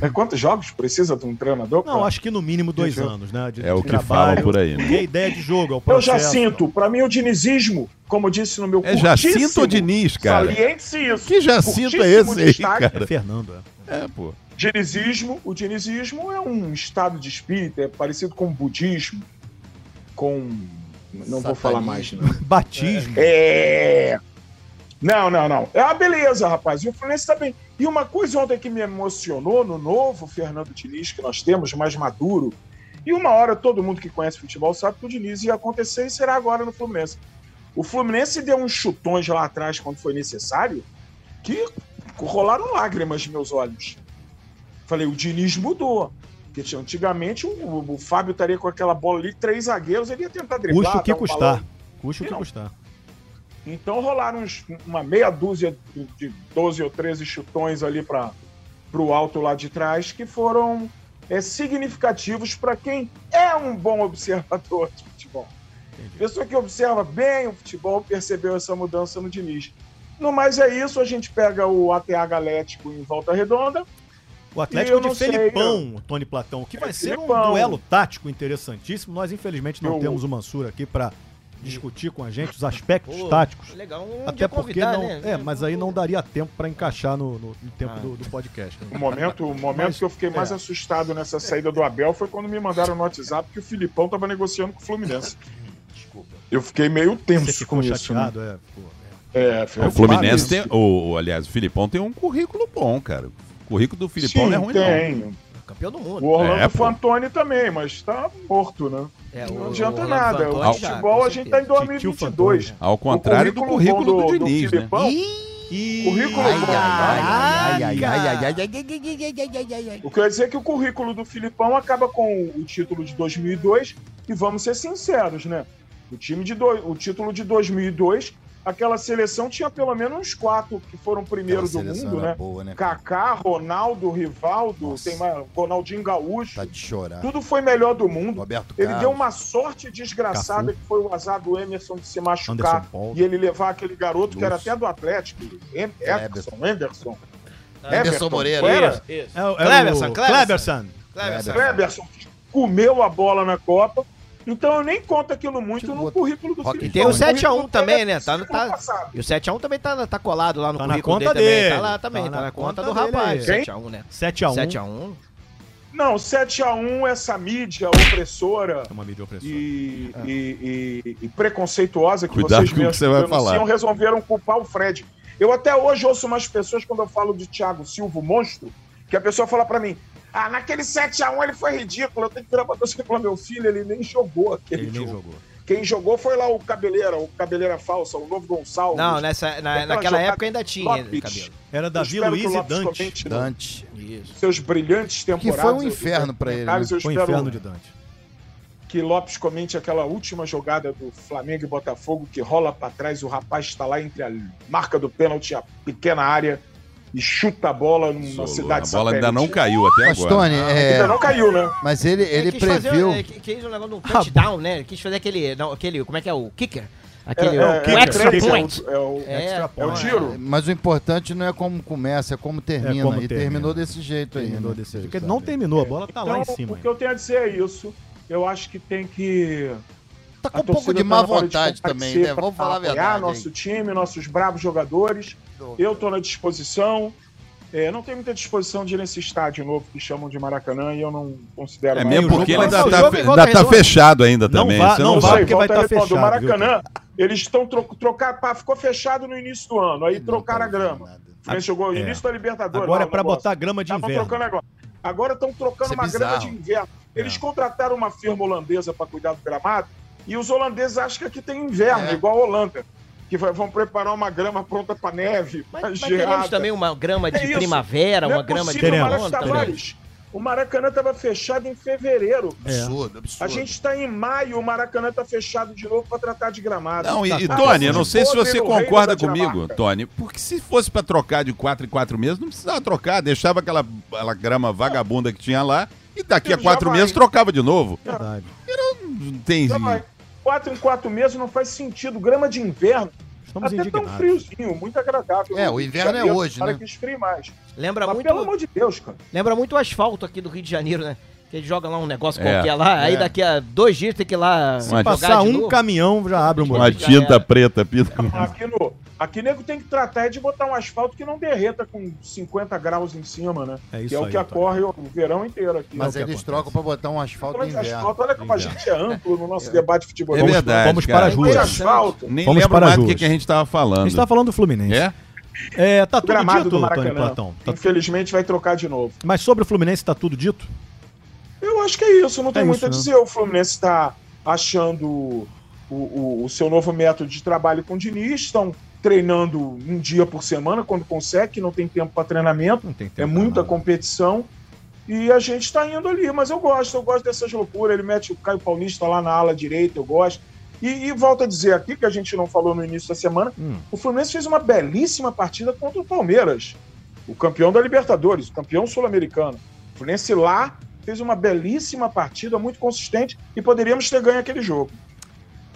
S4: É, Quantos jogos precisa de um treinador?
S2: Não,
S4: pra-
S2: acho que no mínimo dois
S4: Deixa eu-
S2: anos, né? de-
S1: É o
S2: de
S1: que fala por aí, né?
S2: E a ideia de jogo, é o
S4: Eu
S2: processo.
S4: já sinto. Para mim, o dinizismo, como eu disse no meu
S1: É Jacinto
S4: curtíssimo-
S1: ou Diniz, cara?
S4: Saliente-se isso.
S1: Que Jacinto é
S4: Curtíssimo
S1: esse aí,
S4: destaque.
S2: É
S1: cara?
S2: Fernando, é.
S1: É, pô.
S4: Dinizismo, o dinizismo é um estado de espírito, é parecido com o budismo, com... Não vou falar mais, né? não.
S2: Batismo.
S4: É. Não, não, não. É uma beleza, rapaz. E o Fluminense tá bem. E uma coisa ontem que me emocionou no novo Fernando Diniz, que nós temos, mais maduro. E uma hora todo mundo que conhece futebol sabe que o Diniz ia acontecer e será agora no Fluminense. O Fluminense deu uns chutões lá atrás quando foi necessário que rolaram lágrimas nos meus olhos. Falei, o Diniz mudou. Porque tinha- antigamente o, o- o Fábio estaria com aquela bola ali, três zagueiros, ele ia tentar driblar.
S2: Custa o que
S4: dar um balão.
S2: custar. Custa o que
S4: Não.
S2: custar.
S4: Então rolaram uns- uma meia dúzia de 12 ou 13 chutões ali para o alto lá de trás que foram é, significativos para quem é um bom observador de futebol. Pessoa que observa bem o futebol percebeu essa mudança no Diniz. No mais é isso, a gente pega o ATH Atlético em volta redonda.
S2: O Atlético
S4: eu
S2: de
S4: não sei,
S2: Felipão, Tony Platão, que vai
S4: É,
S2: ser um
S4: Felipão.
S2: duelo tático interessantíssimo. Nós, infelizmente, não
S4: Eu-
S2: temos o Mansur aqui pra discutir com a gente os aspectos
S3: Pô,
S2: táticos.
S3: Legal, um
S2: Até
S3: dia
S2: porque
S3: convidar,
S2: não.
S3: né? Ah.
S2: É, mas aí não daria tempo pra encaixar no, no- no tempo do, do podcast. né?
S4: O momento, o momento
S2: Mas-
S4: que eu fiquei mais
S2: é.
S4: assustado nessa saída do Abel foi quando me mandaram no WhatsApp que o Filipão estava negociando com o Fluminense. Desculpa. Eu fiquei meio tenso
S2: Você ficou
S4: com isso. né?
S2: chateado, é. Pô,
S4: É,
S1: O
S4: preocupado
S1: Fluminense
S4: isso.
S1: tem. O, o- aliás, o Filipão tem um currículo bom, cara. O currículo do Filipão
S4: Sim,
S1: não é ruim,
S4: tem.
S3: Campeão do mundo.
S4: O Orlando
S1: É, pô.
S4: Fantoni também, mas tá morto, né?
S3: É,
S4: Não
S3: o-
S4: adianta
S3: o
S4: nada.
S3: Orlando
S4: O
S3: Fantoni já,
S4: futebol
S3: com
S4: a gente tá em
S3: certeza.
S2: Titio
S4: 2022.
S2: Fantoni,
S1: não. Ao contrário do currículo do,
S4: bom
S1: Diniz, né?
S4: Filipão,
S2: E...
S4: Currículo
S5: Ai,
S4: bom.
S5: ai, ai, ai, ai, ai, ai, ai, ai, ai, ai, ai, ai, ai, ai.
S4: O que eu ia dizer é que o currículo do Filipão acaba com o título de 2002 e vamos ser sinceros, né? O time de dois, o título de 2002, aquela seleção tinha pelo menos uns quatro que foram primeiro
S5: Aquela
S4: do
S5: Então, seleção
S4: mundo,
S5: era
S4: né?
S5: boa, né? cara?
S4: Kaká, Ronaldo, Rivaldo,
S5: Nossa.
S4: tem mais, Ronaldinho Gaúcho.
S5: Tá de chorar.
S4: Tudo foi melhor do mundo.
S5: Roberto
S4: Ele
S5: Carlos.
S4: deu uma sorte desgraçada que foi o azar do Emerson de se machucar
S2: Anderson Paul.
S4: e ele levar aquele garoto que era
S5: Lúcio.
S4: até do Atlético, Em- Everson, Anderson.
S5: Ah, Anderson Moreira.
S4: Era,
S3: Isso.
S2: É, é o-
S3: Cleberson,
S2: Cleberson.
S3: Cleverson.
S4: Everson comeu a bola na Copa. Então eu nem conto aquilo muito
S5: Boa.
S4: no currículo do
S5: Rock
S4: Filipão.
S5: e tem o
S4: currículo
S3: 7 a 1
S4: dele
S3: também,
S4: é
S3: né? Tá-
S4: do
S3: tá-
S4: passado.
S3: E o 7x1 também tá, tá colado lá no
S2: Tá na
S3: currículo
S2: conta
S3: também.
S2: dele.
S3: Tá lá também, tá, na, conta, do
S2: dele.
S3: rapaz.
S4: Quem?
S3: 7x1, né?
S2: 7x1.
S3: 7x1.
S4: Não, 7 a 1 essa mídia opressora
S2: É uma mídia opressora.
S4: e, e- e- e preconceituosa que
S1: Cuidado
S4: vocês
S1: com o que
S4: mesmos
S1: você vai
S4: denunciam,
S1: falar.
S4: resolveram culpar o Fred. Eu até hoje ouço umas pessoas quando eu falo de Thiago Silva, o monstro, que a pessoa fala pra mim: "Ah, naquele 7 a 1 ele foi ridículo, eu tenho que virar pra você e falar meu filho, ele nem jogou aquele
S2: Ele nem
S4: jogo.
S2: jogou.
S4: Quem jogou foi lá o Cabeleira, o Cabeleira Falsa, o Novo Gonçalves.
S3: Não, nessa, na,
S4: Aquela
S3: naquela
S4: jogada
S3: época ainda tinha
S4: Lopes.
S3: ele, cabelo.
S2: Era
S4: Eu
S2: Davi
S4: espero que o
S2: Luiz e
S4: Lopes
S2: Dante.
S4: comente nos
S5: Dante.
S3: Isso.
S4: Seus brilhantes temporadas.
S5: foi um inferno pra ele, né?
S4: Eu
S2: Foi o
S4: espero
S2: inferno de Dante.
S4: que Lopes comente aquela última jogada do Flamengo e Botafogo que rola pra trás, o rapaz está lá entre a marca do pênalti e a pequena área e chuta a bola numa
S1: Solou.
S4: cidade
S1: a bola ainda
S4: satélite.
S1: não caiu até
S5: Mas,
S1: agora.
S5: Tony,
S4: Ainda
S5: é,
S4: não caiu, né?
S5: mas ele, ele
S3: quis
S5: previu.
S3: Fazer, é, que- quis um negócio de um touchdown, né? Ele quis fazer aquele, não, aquele. Como é que é o kicker? Aquele.
S4: É,
S3: o
S4: é, é,
S3: extra
S4: três, é o-
S3: point.
S4: é o-
S3: É,
S2: Extra
S4: é o
S2: point.
S4: tiro.
S5: Mas o importante não é como começa, é como termina.
S2: É como
S5: e
S2: termina.
S5: terminou desse jeito aí.
S2: Terminou
S5: né?
S2: desse jeito.
S5: Vocês
S2: Porque não
S5: sabem.
S2: terminou, a bola tá lá em
S4: Então,
S2: cima.
S4: o que eu tenho a dizer é isso. Eu acho que tem que.
S5: Tá com
S4: a
S5: um pouco
S4: torcida
S5: de má
S4: tá na hora
S5: vontade também, né?
S4: comparecer
S5: Vamos
S4: pra
S5: falar a
S4: apoiar
S5: verdade.
S4: nosso
S5: hein?
S4: time, nossos bravos jogadores. Eu estou na disposição. É, não tem muita disposição de ir nesse estádio novo que chamam de Maracanã e eu não considero.
S1: É
S4: mais. um
S1: mesmo porque
S2: jogo
S1: ele
S2: vai
S1: ainda
S2: ser o
S1: tá,
S2: jogo
S1: fe-
S2: em
S1: ainda
S2: volta
S1: tá
S2: redonda.
S1: fechado ainda
S2: Não
S1: também.
S2: vá-
S1: Você
S2: não
S1: não
S4: Não
S2: vá,
S1: sabe.
S4: sei,
S2: porque vai
S4: volta
S2: tá
S4: redonda.
S2: fechado,
S4: O Maracanã, eles estão tro- trocar, pá, ficou fechado no início do ano, aí
S5: Não
S4: trocaram a
S5: tá
S4: grama.
S5: ouvindo nada.
S4: O Fluminense jogou no
S2: é.
S4: início da Libertadores.
S2: Agora é
S4: lá,
S2: pra
S4: o negócio.
S2: botar grama de
S4: Estavam
S2: inverno.
S4: trocando agora. Agora estão trocando
S5: Isso é
S4: uma grama de
S5: bizarro.
S4: inverno. Eles
S2: É.
S4: contrataram uma firma holandesa para cuidar do gramado e os holandeses acham que aqui tem inverno,
S5: É.
S4: igual a Holanda, que vai- vão preparar uma grama pronta para neve,
S3: Mas,
S4: pra
S3: mas
S4: geada.
S3: teremos também uma grama de
S4: É isso.
S3: primavera,
S4: Não
S3: uma
S4: é
S3: grama de
S4: possível, tá
S2: Teremos,
S4: Maracanã
S2: teremos.
S4: Tavares. O Maracanã estava fechado em fevereiro.
S2: É.
S5: Absurdo, absurdo.
S4: A gente está em maio, o Maracanã está fechado de novo para tratar de gramado.
S1: Não, e,
S4: Tá
S1: e,
S4: tudo
S1: Tony, eu
S4: assim.
S1: não sei se
S4: Todo
S1: você
S4: pelo reino
S1: concorda
S4: da Dinamarca.
S1: comigo, Tony, porque se fosse pra trocar de 4 em 4 meses, não precisava trocar, deixava aquela, aquela grama vagabunda que tinha lá e daqui a
S4: Já
S1: 4
S4: vai.
S1: meses trocava de novo.
S2: Verdade.
S1: Não tem.
S4: Então, vai. Quatro em quatro meses não faz sentido. Grama de inverno.
S2: Estamos
S4: até tão
S2: indignados.
S4: friozinho, muito agradável.
S5: É, o inverno é
S4: Eu-
S5: hoje,
S4: para
S5: né?
S4: que esfrie mais.
S3: Lembra
S4: Mas
S3: muito,
S4: pelo amor de Deus, cara.
S3: lembra muito o asfalto aqui do Rio de Janeiro, né? Que eles jogam lá um negócio
S1: É,
S3: qualquer lá, aí daqui a dois dias tem que ir lá
S1: Se
S3: jogar
S2: Passar
S3: de
S2: um
S3: novo.
S2: caminhão já abre o
S1: Uma
S2: moleque.
S1: tinta preta, pinta.
S4: Aqui, no, aqui nego tem que tratar é de botar um asfalto que não derreta com 50 graus em cima, né?
S2: É isso
S4: que é o
S2: aí,
S4: que
S2: Tony.
S4: ocorre o verão inteiro aqui.
S5: Mas
S2: é o que
S5: eles
S2: acontece.
S5: trocam pra botar um asfalto no
S4: Falando de
S5: inverno.
S4: asfalto, olha como a gente é amplo no nosso debate de futebol.
S1: É verdade.
S2: Vamos
S1: cara.
S2: para as
S4: Tem
S2: ruas.
S4: asfalto.
S1: Nem
S2: Vamos
S1: lembro
S2: para
S1: mais
S2: as
S1: do que,
S2: ruas.
S1: que a gente tava falando.
S2: A gente tá falando do Fluminense.
S1: É?
S2: É, tá
S4: O
S2: tudo
S4: gramado do
S2: dito, Tony
S4: Maracanã.
S2: Platão. Tá-
S4: Infelizmente vai trocar de novo.
S2: Mas sobre o Fluminense tá tudo dito?
S4: Eu acho que é isso, não tem
S2: É
S4: muito
S2: isso,
S4: a
S2: né?
S4: dizer. O Fluminense está achando o, o- o seu novo método de trabalho com o Diniz, estão treinando um dia por semana, quando consegue, que não tem tempo para treinamento,
S2: Não tem tempo. pra
S4: é muita
S2: nada.
S4: competição. E a gente está indo ali, mas eu gosto, eu gosto dessas loucuras. Ele mete o Caio Paulista lá na ala direita, eu gosto. E, e volto a dizer aqui, que a gente não falou no início da semana,
S2: Hum.
S4: o Fluminense fez uma belíssima partida contra o Palmeiras, o campeão da Libertadores, o campeão sul-americano. O Fluminense lá fez uma belíssima partida, muito consistente, e poderíamos ter ganho aquele jogo.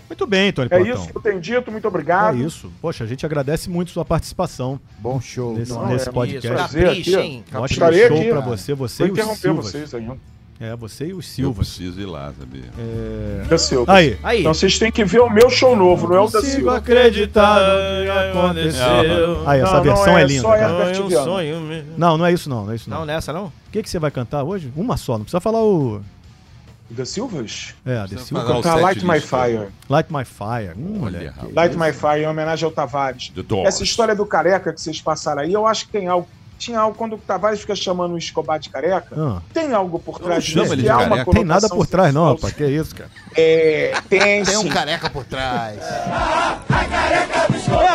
S2: Muito bem, Tony
S4: É
S2: Platão.
S4: isso que eu tenho dito, muito
S2: É
S4: obrigado.
S2: isso. Poxa, a gente agradece muito sua participação
S5: Bom show.
S2: nesse,
S5: Não,
S2: nesse
S4: é
S3: Isso,
S2: podcast.
S4: prazer aqui,
S3: capricha,
S4: ó.
S3: hein?
S2: Ótimo
S4: Estarei
S2: um show
S4: aqui. né?
S2: pra você, você
S4: Vou
S2: e o
S4: interromper
S2: Silva.
S4: vocês aí.
S2: É, você e o
S1: Eu
S2: Silva.
S1: preciso ir lá, sabia?
S4: É seu.
S2: Aí.
S3: Aí,
S4: Então vocês têm que ver o meu show novo, não é o da Silva.
S2: acreditar no que aconteceu. Aí, essa
S4: Não, não
S2: versão
S4: é,
S2: é, linda.
S4: só é
S2: cara.
S4: Herbert Viana.
S2: Não, não é isso não, não é isso não.
S3: não nessa não?
S2: O que, que você vai cantar hoje? Uma só, não precisa falar o...
S4: Da Silvas?
S2: É, The
S1: Precisa
S2: Silva.
S1: falar o
S4: Tá,
S1: set
S4: Light My
S1: list,
S4: Fire.
S2: Light My Fire. Hum,
S1: Olha,
S2: olha.
S1: rapaz.
S4: Light My Fire, em homenagem ao Tavares.
S1: The Doors.
S4: Essa história do careca que vocês passaram aí, eu acho que tem algo. Tinha algo, quando o Tavares fica chamando o Escobar de careca,
S2: Ah,
S4: tem algo por trás
S1: chamo
S4: disso,
S1: ele
S4: que
S1: de
S4: há uma
S1: careca.
S2: tem nada
S4: conotação
S2: por trás não,
S4: sexual.
S2: rapaz. Que isso, cara.
S4: É, tem,
S5: Tem um
S4: sim.
S5: careca por trás.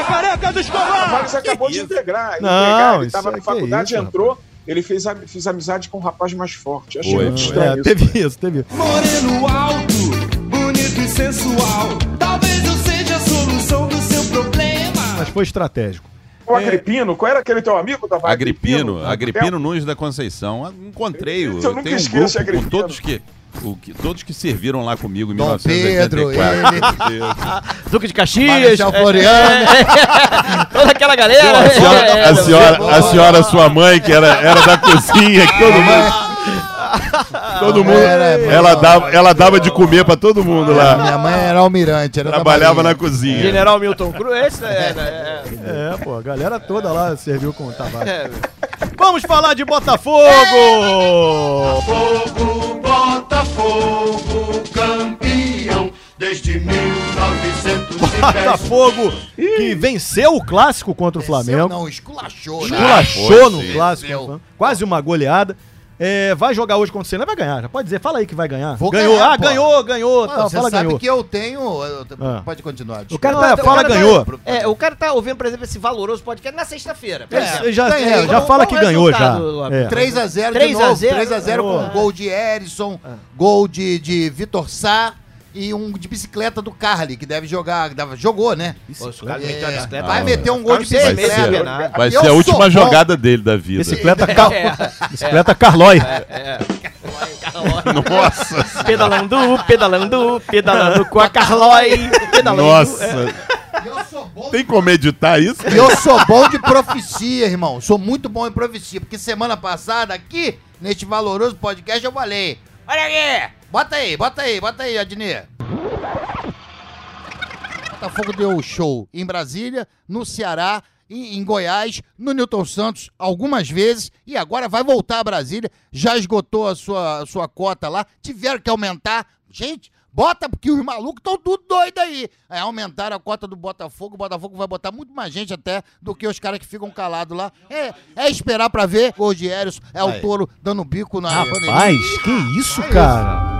S4: Tavares acabou de integrar.
S2: Não,
S4: integrar,
S2: isso
S4: ele estava
S2: é-
S4: na
S2: que
S4: faculdade,
S2: isso,
S4: entrou, ele fez, a- fez amizade com um rapaz mais forte. Achei
S1: Foi,
S4: muito
S1: foi.
S4: estranho
S2: É,
S4: isso.
S2: teve isso, teve isso.
S9: Moreno alto, bonito e sensual. Talvez eu seja a solução do seu problema.
S2: Mas foi estratégico.
S4: O Agripino, qual era aquele teu amigo, Tavares?
S1: Agripino,
S4: É,
S1: Agripino Nunes da Conceição. Encontrei o
S4: Esse eu nunca
S1: tem um
S4: esqueço,
S1: grupo com
S4: Agripino.
S1: todos que, o que- todos que serviram lá comigo em
S5: Dom Pedro,
S1: 1984. Pedro,
S3: Duque de Caxias,
S2: É,
S5: Marechal Floriano.
S3: toda aquela galera. né? É,
S1: A
S5: É,
S1: senhora, a senhora, a senhora, sua mãe, que era, era da cozinha, que todo mundo. Todo mundo.
S5: Era, era,
S1: Ela
S5: era.
S1: dava, ela dava de comer pra todo mundo lá.
S5: Minha mãe era almirante. Era da
S1: Trabalhava na
S5: Marinha.
S1: cozinha.
S3: General Milton Cruz, esse é, é, é.
S2: É, pô, a galera toda lá serviu com o Tavares.
S5: É,
S2: Vamos falar de Botafogo!
S6: Fogo, Botafogo, campeão desde 1910.
S2: Botafogo que venceu o clássico contra o Flamengo.
S5: Não, esculachou. né?
S2: Esculachou
S1: Ah, foi,
S2: no
S1: sim.
S2: clássico.
S5: Venceu.
S2: Quase uma goleada. É, vai jogar hoje contra o Senna, vai ganhar. Já pode dizer, fala aí que vai ganhar.
S5: Vou
S2: ganhou,
S5: ganhar,
S2: ah,
S5: pô.
S2: ganhou, ganhou.
S5: Ah,
S2: tal,
S5: você
S2: tá, fala
S5: sabe
S2: ganhou.
S5: que eu tenho. eu-
S2: Ah.
S5: Pode continuar.
S2: O
S5: desculpa.
S2: cara tá-
S3: Não,
S2: fala
S3: É, o cara
S2: ganhou.
S3: tá- é, o cara tá ouvindo, por exemplo, esse valoroso podcast na sexta-feira. por
S5: É,
S3: exemplo.
S2: Ele já,
S5: ganhei,
S2: ele já
S5: ganhou.
S2: fala
S3: Bom
S2: que ganhou já.
S3: resultado, Lopes.
S2: É.
S5: 3x0 de
S3: 3 a
S5: novo.
S3: 0.
S5: 3x0
S2: Boa.
S5: com um gol de Erisson, gol de, de Vitor Sá e um de bicicleta do Carly, que deve jogar. dava- Jogou, né?
S3: Pô, se o cara
S5: É,
S3: meteu a bicicleta,
S5: vai
S3: não,
S5: meter
S3: não.
S5: um gol de
S3: Ficaram seis
S1: bicicleta.
S3: meses penados.
S1: Vai
S5: Eu
S1: ser a
S5: sou
S1: última
S5: bom.
S1: jogada dele da vida.
S2: Bicicleta,
S5: É.
S2: Car... Bicicleta Carlói.
S1: Nossa,
S3: pedalando, pedalando, pedalando com a Carlói.
S5: tá
S3: Pedalando.
S1: nossa.
S5: Eu sou bom.
S1: Tem como editar isso?
S5: É. E eu sou bom de profecia, irmão. Sou muito bom em profecia. Porque semana passada, aqui, neste valoroso podcast, eu falei: Olha aqui! Bota aí, bota aí, bota aí, Adnir. Botafogo deu show em Brasília, no Ceará, em, em Goiás, no Newton Santos algumas vezes e agora vai voltar a Brasília. Já esgotou a sua, a sua cota lá, tiveram que aumentar. Gente, bota porque os malucos estão tudo doido aí. É, aumentaram a cota do Botafogo, o Botafogo vai botar muito mais gente até do que os caras que ficam calados lá. É, é esperar pra ver. Gol de Eros, é o touro dando bico na
S2: Rapaz, que isso, cara?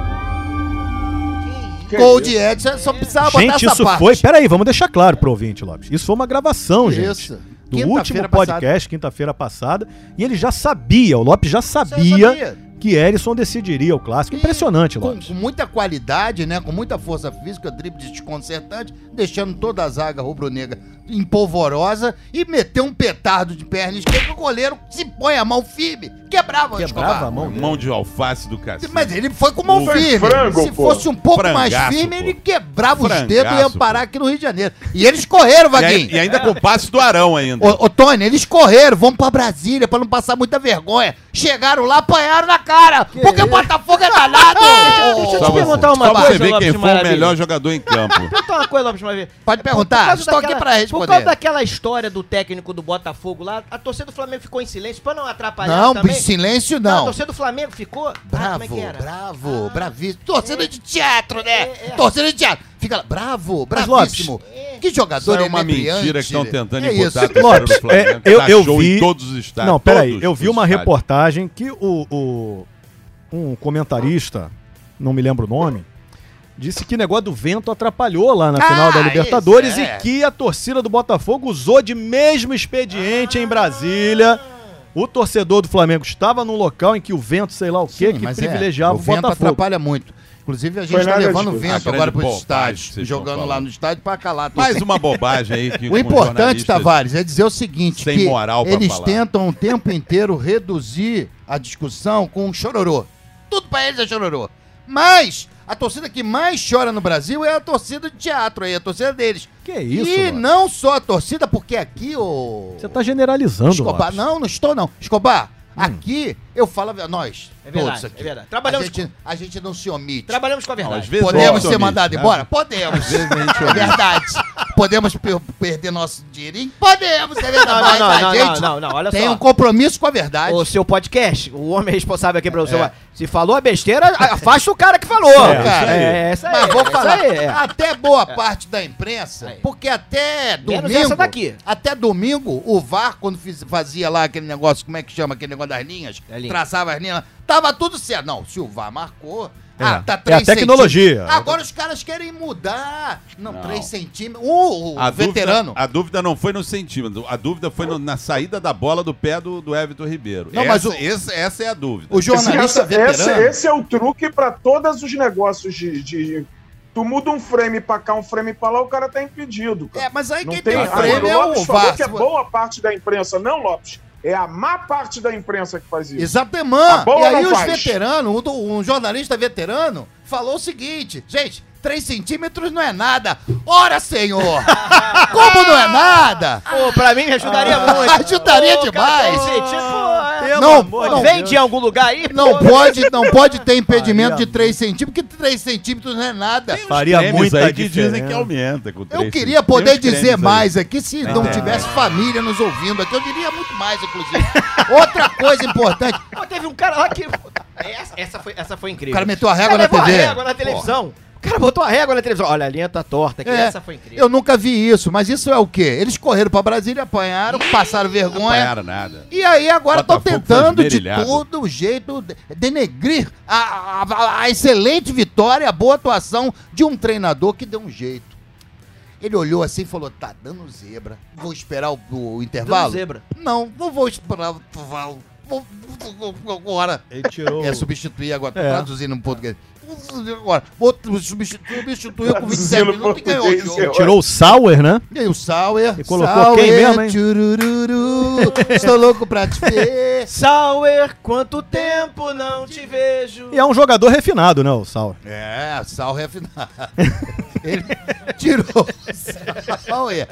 S4: Que é
S5: Gol
S4: isso?
S5: de Edson, só precisava botar
S2: Gente,
S5: essa
S2: isso
S5: parte.
S2: foi. Peraí, vamos deixar claro pro ouvinte, Lopes. Isso foi uma gravação, gente.
S5: Isso.
S2: Do
S5: Quinta-feira passada.
S2: último podcast, quinta-feira passada. E ele já sabia, o Lopes já sabia
S5: sabia.
S2: que Erisson decidiria o clássico. Impressionante,
S5: com,
S2: Lopes.
S5: com muita qualidade, né? Com muita força física, drible desconcertante, deixando toda a zaga rubro-negra empolvorosa e meteu um petardo de perna esquerda que o goleiro se põe a mão firme. Quebrava, o Escobar.
S2: Quebrava a mão dele.
S1: Mão de alface do cacete.
S5: Mas ele foi com mão
S1: Foi
S5: firme.
S4: frango,
S5: Se
S4: pô.
S5: fosse um pouco mais
S1: Frangaço,
S5: firme, ele
S1: pô.
S5: quebrava os
S1: Frangaço,
S5: dedos e ia
S1: pô.
S5: parar aqui no Rio de Janeiro. E eles correram,
S1: E,
S5: Vaguinho.
S1: aí- e ainda com o passe do Arão ainda.
S5: Ô, ô, Tony, eles correram, vamos pra Brasília pra não passar muita vergonha. Chegaram lá, apanharam na cara, porque o Botafogo é danado!
S3: Deixa eu
S1: Só
S3: te
S1: você-
S3: perguntar uma
S1: só pra
S3: coisa,
S1: você ver
S10: Lopes
S1: quem
S10: de
S1: foi o
S10: Maravilha.
S1: melhor jogador em campo.
S3: Pergunta uma coisa, Lopes Maravilha.
S5: Pode
S3: É, Por
S5: perguntar,
S3: causa
S5: estou aqui
S3: daquela-
S5: pra
S3: Por causa
S5: responder.
S3: daquela história do técnico do Botafogo lá, a torcida do Flamengo ficou em silêncio pra não atrapalhar
S5: Não,
S3: também.
S5: silêncio
S3: A
S5: não.
S3: torcida do Flamengo ficou... ah, como é
S5: Bravo,
S3: que era? Ah. É.
S5: bravo, bravíssimo. Torcida de teatro, né? Torcida de teatro. Fica lá, bravo,
S2: Mas,
S5: bravíssimo. Que
S1: Isso
S5: jogador
S1: é uma
S5: inebriante,
S1: mentira que estão
S5: né?
S1: tentando
S5: É
S1: imputar
S5: isso.
S1: a torcida do
S2: Lopes, é,
S1: Flamengo.
S2: eu,
S1: Tá
S2: eu
S1: show
S2: vi.
S1: em todos os
S5: Tá,
S1: estados.
S2: Não, peraí, eu vi
S1: os
S2: uma
S1: estádios.
S2: reportagem que o, o- um comentarista, não me lembro o nome, disse que negócio do vento atrapalhou lá na
S5: Ah,
S2: final da Libertadores
S5: isso, é.
S2: e que a torcida do Botafogo usou de mesmo expediente em Brasília. O torcedor do Flamengo estava num local em que o vento, sei lá o quê,
S5: Sim,
S2: que
S5: mas é,
S2: privilegiava
S5: o
S2: o,
S5: vento
S2: Botafogo.
S5: atrapalha muito. Inclusive, a gente
S4: Foi
S5: tá
S4: nada
S5: levando
S4: disso.
S5: vento
S1: A grande
S5: agora pros
S1: bobagem que vocês
S5: estádios.
S1: estão
S5: Jogando
S1: falando.
S5: lá no estádio pra calar a torcida.
S1: Mais uma bobagem aí. Que
S5: O
S1: com
S5: importante,
S1: jornalistas-
S5: Tavares, é dizer o seguinte:
S1: sem
S5: que
S1: moral pra
S5: eles
S1: falar.
S5: tentam o tempo inteiro reduzir a discussão com um chororô. Tudo pra eles é chororô. Mas a torcida que mais chora no Brasil é a torcida de teatro aí, a torcida deles.
S2: Que isso,
S5: E
S2: mano?
S5: não só a torcida, porque aqui, ô.
S2: Você tá generalizando,
S5: Escobar.
S2: Lopes.
S5: Não, não estou, não. Escobar, aqui eu falo. a- Nós,
S3: É
S5: todos
S3: verdade,
S5: aqui.
S3: é verdade.
S5: A
S3: Trabalhamos,
S5: gente, a gente não se omite.
S3: trabalhamos com a
S1: Não, às
S3: verdade.
S1: vezes
S5: Podemos
S1: eu
S5: ser
S1: omito,
S5: mandados
S1: né?
S5: embora? Podemos.
S1: Às vezes a gente
S5: É
S1: omite.
S5: verdade. Podemos per- perder nosso dinheirinho? Podemos, é verdade.
S3: Não, não,
S5: Mas
S3: não,
S5: a
S3: não,
S5: gente
S3: não, não, não, olha
S5: tem
S3: só.
S5: um compromisso com a verdade.
S3: O seu podcast, o homem é responsável aqui pra você. Se falou a besteira, a- afasta o cara que falou.
S5: É, cara.
S3: É, essa aí.
S5: Mas vou
S3: essa
S5: falar,
S3: aí, é.
S5: até boa parte da imprensa, porque até
S3: Menos
S5: domingo,
S3: essa daqui.
S5: até domingo, o VAR, quando fiz- fazia lá aquele negócio, como é que chama, aquele negócio das linhas,
S3: É linha.
S5: traçava as linhas, lá, tava tudo certo. Não, se o VAR marcou,
S2: É,
S5: ah, tá
S2: é
S5: 3
S2: a tecnologia.
S5: centímetros. Agora os caras querem mudar. Não,
S1: Não.
S5: 3 centímetros. Uh, O, o
S1: A
S5: veterano.
S1: Dúvida, a dúvida não foi no centímetro, a dúvida foi no- na saída da bola do pé do, do Everton Ribeiro.
S5: Não,
S1: essa,
S5: mas o-
S1: esse- essa é a dúvida.
S5: O jornalista
S4: Esse- esse,
S5: veterano.
S4: esse é o truque para todos os negócios de, de- Tu muda um frame pra cá, um frame pra lá, o cara tá impedido. cara.
S5: É, mas aí
S4: Não
S5: quem
S4: tem-
S5: tem o prêmio
S4: Agora,
S5: é
S4: o
S5: o
S2: um
S4: Lopes falou
S5: VAR.
S4: que é boa parte da imprensa, não, Lopes. É a má parte da imprensa que faz isso.
S5: Exatamente.
S4: Tá bom
S5: e
S4: ou
S5: aí
S4: não
S5: os
S4: faz?
S5: veteranos, um, do- um jornalista veterano, falou o seguinte, gente, 3 centímetros não é nada. Ora, senhor! Como não é nada?
S3: Pô, pra mim me ajudaria muito.
S5: ajudaria
S3: Pô,
S5: demais.
S3: cara, esse tipo, é-
S2: Pelo
S5: Não,
S2: amor de
S5: não.
S2: Deus.
S3: Vende em algum lugar aí?
S5: Não
S3: pô.
S5: pode, não pode ter impedimento de 3 centímetros, porque 3 centímetros não é nada.
S2: Faria
S1: Prêmios
S2: muita
S1: aí que dizem
S2: diferença.
S1: que aumenta com
S5: Eu
S1: três
S5: queria
S1: centímetros. Tem
S5: poder
S1: uns prêmios
S5: dizer
S1: aí.
S5: mais aqui, se não
S2: tem.
S5: tivesse família nos ouvindo aqui, eu diria muito mais, inclusive. Outra coisa importante,
S3: Pô, teve um cara lá que. Essa, essa foi, essa foi incrível.
S5: o cara meteu a régua na
S3: levou
S5: TV.
S3: a régua na televisão. O cara botou a régua na televisão. Olha, a linha tá torta aqui.
S5: É,
S3: Essa foi incrível.
S5: Eu nunca vi isso, mas isso é o quê? Eles correram pra Brasília, apanharam, passaram
S1: Não
S5: vergonha.
S1: apanharam nada.
S5: E aí agora estão
S1: Botafogo
S5: tentando
S1: foi
S5: de
S1: esmerilhado.
S5: todo jeito de- denegrir a, a- a excelente vitória, a boa atuação de um treinador que deu um jeito. Ele olhou assim e falou: tá dando zebra. Vou esperar o, o intervalo?
S3: zebra.
S5: Não, não vou esperar o intervalo. Vou, vou- vou- vou agora.
S2: Ele tirou.
S5: É substituir agora,
S2: É.
S5: traduzindo em português. Agora, vou substituir, substituir com 27
S4: Traduzindo
S5: minutos e ganhou o
S4: português,
S5: jogo.
S4: eu-
S2: Tirou o Sauer, né?
S5: E aí o Sauer.
S2: E colocou quem mesmo, hein?
S5: é, Tchurururu, estou louco pra te ver.
S3: Sauer, quanto tempo não te vejo.
S2: E é um jogador refinado, né, o Sauer?
S5: É, Sauer refinado. Ele tirou o Sauer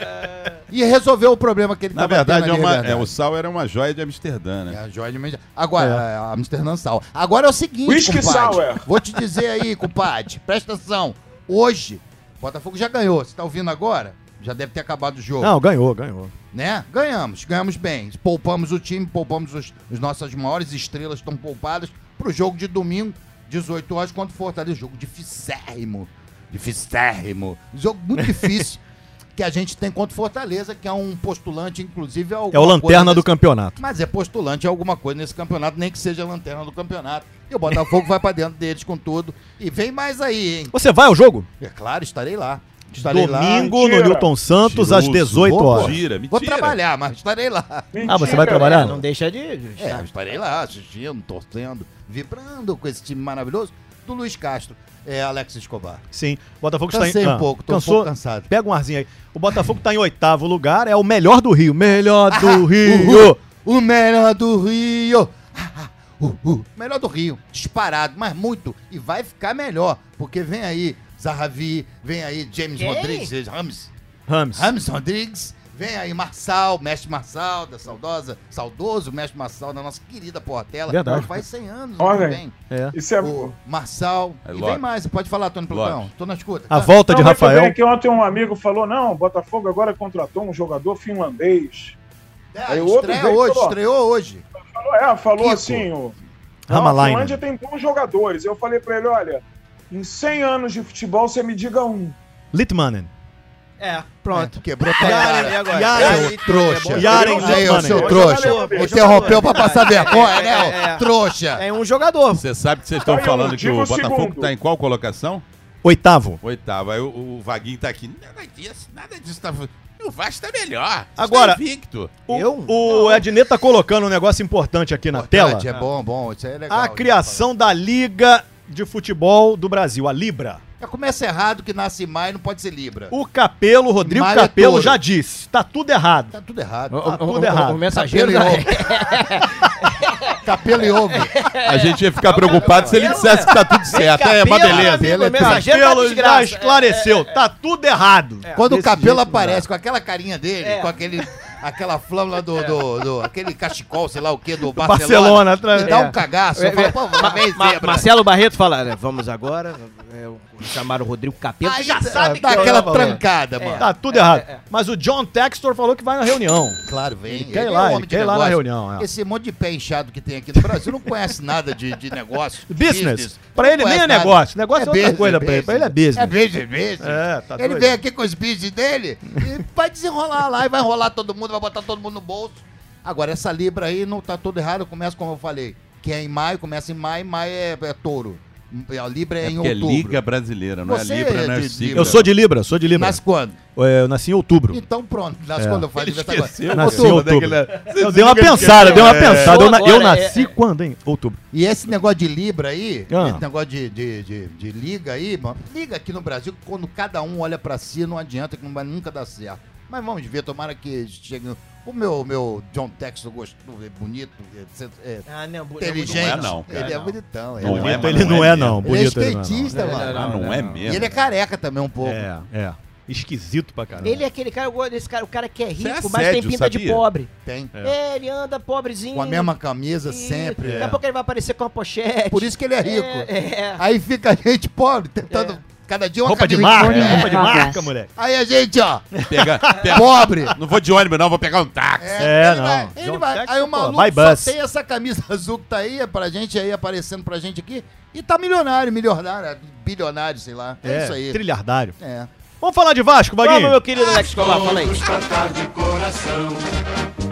S5: e resolveu o problema que ele
S1: Na
S5: tava
S1: verdade, é
S5: tendo ali, né,
S1: uma, é,
S5: verdade.
S1: o sal era uma joia de Amsterdã, né?
S5: É, Jorge Mendes. Agora, é, Amsterdã Sauer. Agora é o seguinte,
S4: Whisky
S5: compadre.
S4: Sauer.
S5: Vou te dizer aí, compadre. Presta atenção. Hoje, o Botafogo já ganhou. Você tá ouvindo agora? Já deve ter acabado o jogo.
S2: Não, ganhou, ganhou.
S5: né? Ganhamos, ganhamos bem. Poupamos o time, poupamos os, as nossas maiores estrelas estão poupadas pro jogo de domingo, 18 horas contra o Fortaleza. Jogo dificérrimo. Dificérrimo. Jogo muito difícil que a gente tem contra o Fortaleza, que é um postulante, inclusive, ao.
S2: É o lanterna do campeonato.
S5: Mas é postulante a alguma coisa nesse campeonato, nem que seja a lanterna do campeonato. E o Botafogo vai pra dentro deles com tudo. E vem mais aí, hein?
S2: Você vai ao jogo?
S5: É claro, estarei lá. Estarei lá.
S2: domingo no
S4: Mentira.
S2: Newton Santos, às
S1: Mentiroso.
S2: 18
S5: Vou,
S2: horas.
S1: Mentira, mentira.
S5: Vou trabalhar, mas estarei lá.
S4: Mentira,
S2: Ah, você vai trabalhar?
S3: Não deixa de. de
S5: É,
S3: estar.
S5: estarei lá assistindo, torcendo, vibrando com esse time maravilhoso do Luiz Castro. É, Alex Escobar.
S2: Sim. O Botafogo está
S5: Cansei
S2: em.
S5: um
S2: ah,
S5: pouco, tô
S2: cansou?
S5: um pouco cansado.
S2: Pega um arzinho aí. O Botafogo está em oitavo lugar, é o melhor do Rio. Melhor do Rio!
S5: O melhor do Rio. Uh, uh. Melhor do Rio, disparado, mas muito. E vai ficar melhor, porque vem aí Zahavi, vem aí James
S3: Quem?
S5: Rodrigues, Rams,
S2: Rames.
S5: Rams Rodrigues, vem aí Marçal, mestre Marçal, da saudosa, saudoso mestre Marçal, da nossa querida Portela.
S2: Verdade.
S5: Já Faz 100 anos,
S4: Olha aí.
S5: vem.
S2: É.
S4: Isso é.
S5: O Marçal.
S1: É
S5: e
S1: Lopes.
S5: vem mais, você pode falar, Tony Plutão.
S1: Lopes.
S5: Tô na escuta.
S2: A
S5: tá?
S2: volta de
S4: Não, muito bem,
S2: Rafael.
S4: que ontem um amigo falou: não, o Botafogo agora contratou um jogador finlandês.
S5: É,
S4: Aí o outro
S5: estreia
S4: veio e
S5: hoje,
S4: falou, ó.
S5: estreou hoje.
S4: Falou, é, falou
S5: Kiko.
S4: assim: o, não, a
S2: Ramalainen.
S4: Finlândia tem bons jogadores. Eu falei pra ele: olha, em 100 anos de futebol, você me diga um.
S2: Litmanen.
S3: É, pronto.
S5: Quebrou a
S4: é
S3: Yaren, e
S5: cara.
S3: agora?
S2: Yaren.
S5: Seu trouxa. Aí,
S2: Yaren,
S5: ô,
S2: Yaren.
S5: seu
S4: Yaren.
S5: trouxa.
S4: Jogador,
S3: jogador.
S5: Interrompeu pra passar vergonha,
S3: É,
S5: né? ô,
S3: é, é.
S5: Trouxa.
S3: É um jogador.
S1: Você sabe que vocês estão
S4: Aí eu
S1: falando que
S4: digo
S1: o
S4: o
S1: Botafogo
S4: segundo.
S1: está em qual colocação?
S2: Oitavo.
S1: Oitava. Aí o, o Vaguinho tá aqui. Nada disso, nada disso. Tá... O Vasco tá melhor.
S2: Agora-
S1: Tá invicto.
S3: Eu?
S2: O, o Ednê tá colocando um negócio importante aqui na tela.
S5: Verdade, É bom, bom. Isso aí é legal.
S2: A criação da Liga de Futebol do Brasil, a Libra.
S5: Já começa errado que nasce em maio não pode ser Libra.
S2: O Capelo, Rodrigo
S5: Maio é
S2: Capelo
S5: touro.
S2: já disse, tá tudo errado.
S5: Tá tudo errado.
S2: Tá tudo errado.
S3: mensageiro.
S5: Capelo e
S3: já-
S5: Capelo e ovo.
S1: A gente ia ficar preocupado se ele dissesse que tá tudo certo. É, uma
S3: Capelo,
S1: beleza.
S3: amigo,
S5: Ele é
S3: mensageiro da
S2: Capelo já
S3: tá desgraça. É,
S2: esclareceu, tá tudo errado.
S5: Quando o
S2: É, Desse
S5: Capelo
S2: jeito não dá.
S5: aparece com aquela carinha dele,
S3: É.
S5: com aquele, aquela flâmula do, do, do- aquele cachecol, sei lá o que, do
S2: Barcelona,
S5: Barcelona,
S2: atrás.
S5: me dá
S3: É.
S5: um cagaço.
S3: É,
S5: Eu
S3: é.
S5: falo, pô, vem
S3: Ma-
S5: zebra.
S3: Marcelo Barreto fala, né, vamos agora. é, chamaram o Rodrigo Capelo. que
S5: Aí
S3: já
S5: dá-
S3: sabe
S5: dá
S3: que é o
S5: aquela
S3: Nova Lima.
S5: trancada, mano.
S2: Tá tudo errado.
S3: é,
S2: Mas o John Textor falou que vai na reunião.
S5: Claro, vem. um
S2: quer ir lá, ele quer ir lá na
S5: negócio.
S2: reunião, é.
S5: Esse monte de pé inchado que tem aqui no Brasil não conhece nada de, de negócio.
S2: Business. Pra ele
S5: Não
S2: nem é
S5: conhece nada.
S2: negócio. Negócio é outra coisa pra ele. Pra ele é business.
S5: É business, business.
S2: É, tá
S5: ele
S2: doido.
S5: vem aqui com os business dele e vai desenrolar lá e vai enrolar todo mundo, vai botar todo mundo no bolso. Agora, essa Libra aí não tá tudo errado. Começa como eu falei. Que é em maio, começa em maio, maio é, é touro. A Libra é, em
S1: Porque é
S5: outubro.
S1: Liga Brasileira, não
S5: Você
S1: é Libra,
S5: é
S1: não é
S5: de
S1: Sigla.
S5: Libra.
S2: Eu sou de Libra, sou de Libra.
S5: Nasce quando?
S2: É, Eu nasci em outubro.
S5: Então pronto, nasce
S2: É.
S5: quando eu faço
S1: Ele tá
S5: aniversário agora.
S1: esqueceu.
S2: Nasci em
S1: Porra,
S2: outubro.
S1: daquele-
S2: Eu dei uma
S1: é
S2: pensada, eu dei uma pensada. Eu, na- eu
S3: Agora,
S2: nasci
S3: é-
S2: quando, hein? Outubro.
S5: E esse negócio de Libra aí,
S2: Ah.
S5: esse negócio de, de, de, de liga aí, mano, liga aqui no Brasil, que quando cada um olha pra si, não adianta que não vai nunca dar certo. Mas vamos ver, tomara que chegue. O meu, meu John Texton gostoso, é bonito, é, é
S3: Ah, não, bu-
S5: inteligente.
S1: não é não, cara.
S5: Ele é bonitão, ele
S1: Não
S5: é
S1: é,
S2: Bonito
S1: mas
S2: ele
S1: não
S2: não
S1: é
S2: é, não.
S5: Ele é
S2: Bonito ele não é. não.
S5: skatista, mano.
S1: Ah, não é
S5: E
S1: mesmo.
S5: ele é careca também um pouco.
S2: É, é. Esquisito pra caramba.
S3: Ele é aquele cara, eu gosto desse cara, o cara que é
S1: Isso
S3: rico,
S1: é
S3: mas tem
S1: assédio,
S3: pinta de
S1: sabia?
S3: pobre.
S5: Tem.
S3: É, ele anda pobrezinho.
S5: Com a mesma camisa
S3: e-
S1: É.
S5: sempre. é.
S3: Daqui a pouco ele vai aparecer com uma pochete.
S5: Por isso que ele é rico.
S3: É, é.
S5: Aí fica a gente pobre, tentando.
S1: É.
S5: Cada dia uma
S2: Roupa de né?
S5: camisa
S2: marca,
S5: diferente.
S2: roupa de marca, moleque.
S5: Aí a gente, ó,
S1: Pega- pega-
S5: pobre.
S1: Não vou de ônibus, não, vou pegar um táxi.
S2: É,
S5: ele
S2: não.
S5: Vai, ele
S2: John
S5: vai.
S2: Textor,
S5: aí o
S2: pô,
S5: maluco
S2: vai
S5: só
S2: bus.
S5: tem essa camisa azul que tá aí pra gente, aí aparecendo pra gente aqui. E tá milionário, milionário, bilionário, sei lá. É, isso aí.
S2: Trilhardário.
S5: É.
S2: Vamos falar de Vasco, Vaguinho?
S3: Vamos, meu querido Alex Escobar, fala aí.
S6: Todos cantar de coração.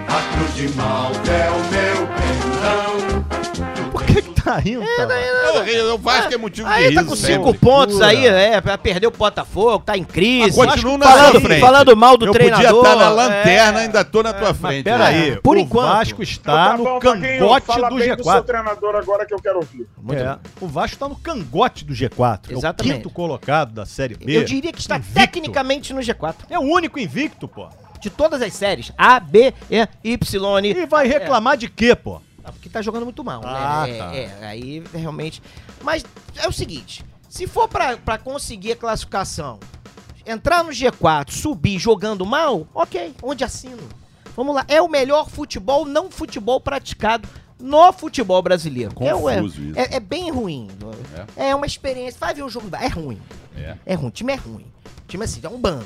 S6: A cruz de Malta é o meu pendão.
S2: Por que que tá rindo?
S3: É,
S2: cara?
S1: Eu, o Vasco é motivo de
S3: Aí
S1: riso.
S3: tá com cinco
S1: sempre.
S3: pontos aí, é, pra perder o Botafogo, tá em crise.
S1: Mas continua na
S3: falando,
S1: sua frente.
S3: falando mal do
S1: Eu
S3: treinador.
S1: podia estar na lanterna,
S3: é.
S1: ainda tô na tua
S2: Mas
S1: frente. né? é.
S2: peraí,
S3: Por
S2: o
S3: enquanto.
S2: Vasco está Tá
S4: Então
S2: no
S4: bom, Vaguinho,
S2: cangote
S4: fala
S2: do
S4: bem do seu
S2: G4.
S4: treinador agora que eu quero ouvir.
S2: É, o Vasco está no cangote do G4. É
S3: Exatamente.
S2: o quinto colocado da Série B.
S3: Eu diria que está
S2: Invicto.
S3: tecnicamente no G4.
S2: É o único invicto, pô.
S3: De todas as séries. A, B, E, é. Y.
S2: E vai reclamar de quê, pô? Um
S3: Ah, Porque tá jogando muito mal,
S2: Ah,
S3: né? É,
S2: tá.
S3: É, aí realmente. Mas é o seguinte: se for pra, pra conseguir a classificação, entrar no G4, subir jogando mal, ok, onde assino? Vamos lá. É o melhor futebol, não futebol praticado no futebol brasileiro. é,
S1: Confuso isso.
S3: é, é bem ruim. É. uma experiência. Vai ver o jogo. É ruim.
S1: É.
S3: É ruim. O time é ruim. O time é assim, é um bando.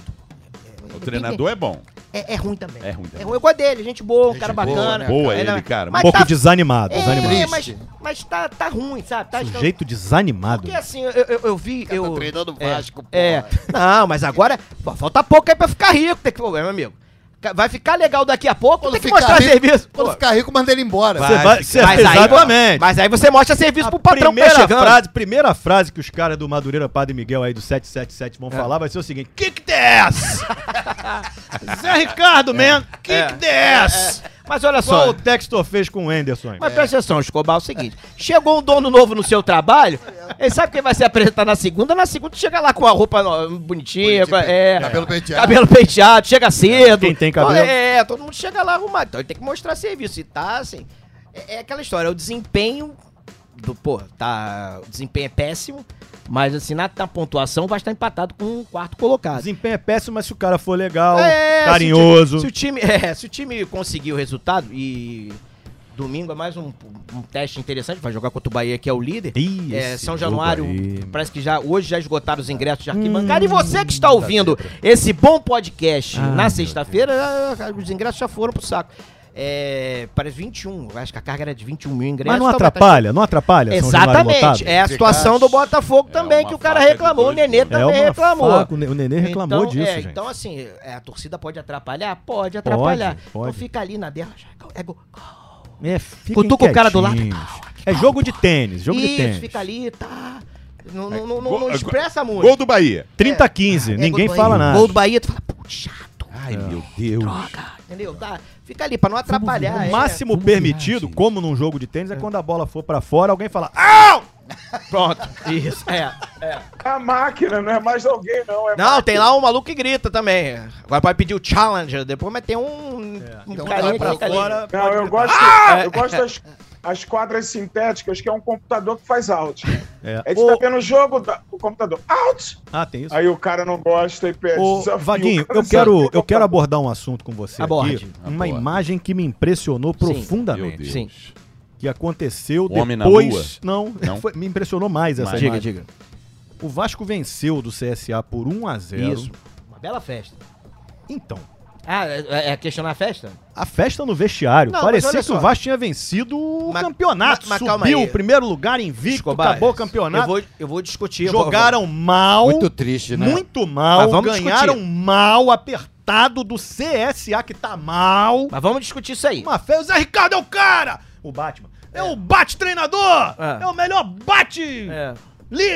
S1: O treinador é bom.
S3: É, é ruim também.
S1: É ruim também.
S3: Eu gosto dele, gente boa, um cara
S5: boa,
S3: bacana.
S5: né,
S1: Boa
S3: Ele é-
S1: ele, cara.
S2: Um
S3: Mas
S2: pouco
S3: tá-
S2: desanimado,
S3: é,
S2: desanimado.
S3: mas, mas tá, tá ruim, sabe? Tá,
S2: Sujeito desanimado.
S3: Porque assim, eu, eu, eu vi.
S5: Cara,
S3: Eu,
S5: tá treinando o
S3: é,
S5: Vasco, pô.
S3: É. Não, mas agora. pô, falta pouco aí pra ficar rico. Tem que, pô, meu amigo. Ca- Vai ficar legal daqui a pouco,
S5: Quando
S3: tem que
S5: ficar
S3: mostrar
S5: rico-
S3: serviço.
S5: Quando
S3: Pô,
S5: ficar rico, manda ele embora.
S2: Você vai- você-
S3: mas, aí,
S2: exatamente.
S3: mas aí você mostra serviço pro patrão que tá
S2: primeira
S3: chegando.
S2: frase, primeira frase que os caras do Madureira Padre Miguel aí do 777
S3: É.
S2: vão falar vai ser o seguinte: "Que que DS?"
S3: É.
S2: Zé Ricardo, man. Que que DS?
S3: Mas olha só.
S2: Qual o texto fez com o Anderson?
S3: Mas presta atenção, Escobar, é o seguinte: chegou um dono novo no seu trabalho, ele sabe quem vai se apresentar na segunda, na segunda chega lá com a roupa no- bonitinha,
S5: Bonitinho,
S3: com a- é,
S5: cabelo penteado.
S3: cabelo penteado, chega cedo.
S2: Quem tem cabelo.
S3: É, todo mundo chega lá arrumado. Então ele tem que mostrar serviço. E tá assim. É, é aquela história, é o desempenho do. Pô, tá. O desempenho é péssimo, mas assim, na, na pontuação vai estar empatado com um quarto colocado.
S2: Desempenho é péssimo, mas se o cara for legal,
S3: É,
S2: carinhoso.
S3: Se o time, se o time, é, se o time conseguir o resultado e domingo é mais um, um teste interessante, vai jogar contra o Bahia que é o líder.
S2: Ih,
S3: É,
S2: esse
S3: São
S2: jogo
S3: Januário,
S2: aí. Hum,
S3: parece que já hoje já esgotaram os ingressos de arquibancada. e você que está ouvindo esse bom podcast na sexta-feira, ah, os ingressos já foram pro saco. É, parece 21, eu acho que a carga era de 21 mil ingressos.
S2: Mas não
S3: então vai tá-
S2: atrapalha, não atrapalha São Januário
S3: Exatamente.
S2: lotado?
S3: É a situação do Botafogo
S1: É
S3: também,
S1: uma
S3: que o cara
S1: faca de
S3: reclamou, o
S1: dois gumes.
S3: Nenê
S2: É
S3: também
S2: uma
S3: Tá reclamou.
S2: faca, o Ne- o Nenê reclamou
S3: Então,
S2: disso,
S3: é,
S2: gente.
S3: Então, assim, é, a torcida pode atrapalhar? Pode atrapalhar. Então
S2: pode.
S3: fica ali na dela. já, É gol.
S2: É, fiquem
S3: Cutuca o cara do lado.
S2: quietinhos. É jogo de tênis, jogo de
S3: Isso,
S2: tênis.
S3: fica ali, tá. Não, não, não,
S1: É, Gol-
S3: não expressa muito.
S1: Gol do Bahia.
S2: 30 a 15,
S3: É,
S2: ninguém
S3: gol do
S2: fala
S3: Bahia.
S2: nada.
S3: Gol do Bahia, tu fala, pô, chato,
S1: Ai, meu Deus.
S3: droga. Entendeu? Tá, fica ali, pra não atrapalhar.
S2: O
S3: é.
S2: máximo permitido, como num jogo de tênis, é quando a bola for pra fora, alguém fala. "Ah!"
S3: Pronto. Isso, é.
S4: É a máquina, não é mais alguém, não. É
S3: Não, tem lá um maluco que grita também. Agora pode pedir o challenger depois, mas tem um. Um
S5: Então
S3: carinha
S5: vai pra
S3: que fica ali.
S2: fora.
S4: Não, eu gosto,
S2: Ah!
S4: eu gosto das as quadras sintéticas, que é um computador que faz out.
S2: É.
S4: Aí você tá
S2: Ô,
S4: vendo o jogo, da- o computador, out!
S2: ah, tem isso.
S4: Aí o cara não gosta e
S1: é
S4: pede
S2: Ô,
S4: desafio.
S2: Vaguinho,
S4: O cara
S2: eu
S4: sabe
S2: quero,
S4: que
S2: eu quero
S4: computador-
S2: abordar um assunto com você
S3: Aborde.
S2: aqui. Uma
S1: Aborde.
S2: imagem que me impressionou
S1: Meu
S2: profundamente.
S1: Deus.
S3: Sim.
S2: Que aconteceu
S1: O homem na lua?
S2: depois. Não,
S1: Não?
S2: foi- me impressionou mais essa
S1: Mais.
S2: imagem.
S3: Diga, diga.
S2: O Vasco venceu do CSA por 1 a 0
S3: Isso. Uma bela festa.
S2: Então,
S3: Ah, é, é questionar a festa?
S2: a festa no vestiário.
S3: Não, mas olha
S2: Parecia que
S3: só.
S2: o Vasco tinha vencido o
S3: Mas-
S2: campeonato.
S3: mas- mas calma
S2: subiu
S3: aí.
S2: o primeiro lugar invicto,
S3: Escobar,
S2: acabou o
S3: Eu
S2: campeonato.
S3: vou, eu vou discutir. eu vou-
S2: Jogaram mal,
S5: Muito
S2: muito,
S5: triste, né?
S2: mal,
S3: Mas vamos
S2: ganharam mal, apertado do CSA que tá mal.
S3: Mas vamos discutir isso aí.
S2: Uma fé, o Zé Ricardo é o cara! O Batman. É, o bate-treinador!
S3: É.
S2: É. o melhor bate-líder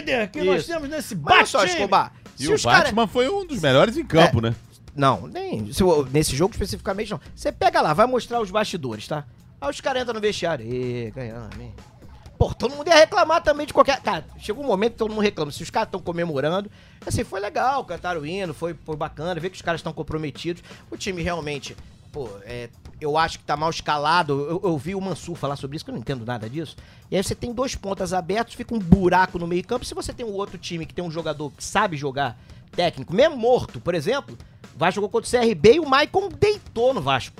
S3: É.
S2: que nós
S3: Isso.
S2: temos nesse
S3: Mas olha
S2: bate
S3: só, Escobar.
S1: E
S3: se
S1: o
S3: os cara- É.
S1: Batman foi um dos melhores em campo, né?
S3: Não, nem. se o- nesse jogo especificamente não. Você pega lá, vai mostrar os bastidores, tá? Aí os caras entram no vestiário. Ê, ganhamos, hein? Pô, todo mundo ia reclamar também de qualquer. Cara, chegou um momento que todo mundo reclama. Se os caras estão comemorando, assim, foi legal, cantaram o hino, foi, foi bacana, ver que os caras estão comprometidos. O time realmente, pô, é, eu acho que tá mal escalado. Eu, eu vi o Mansur falar sobre isso, que eu não entendo nada disso. E aí você tem dois pontas abertos, fica um buraco no meio-campo. Se você tem um outro time que tem um jogador que sabe jogar técnico, mesmo morto, por exemplo, o Vasco jogou contra o CRB e o Maicon deitou no Vasco.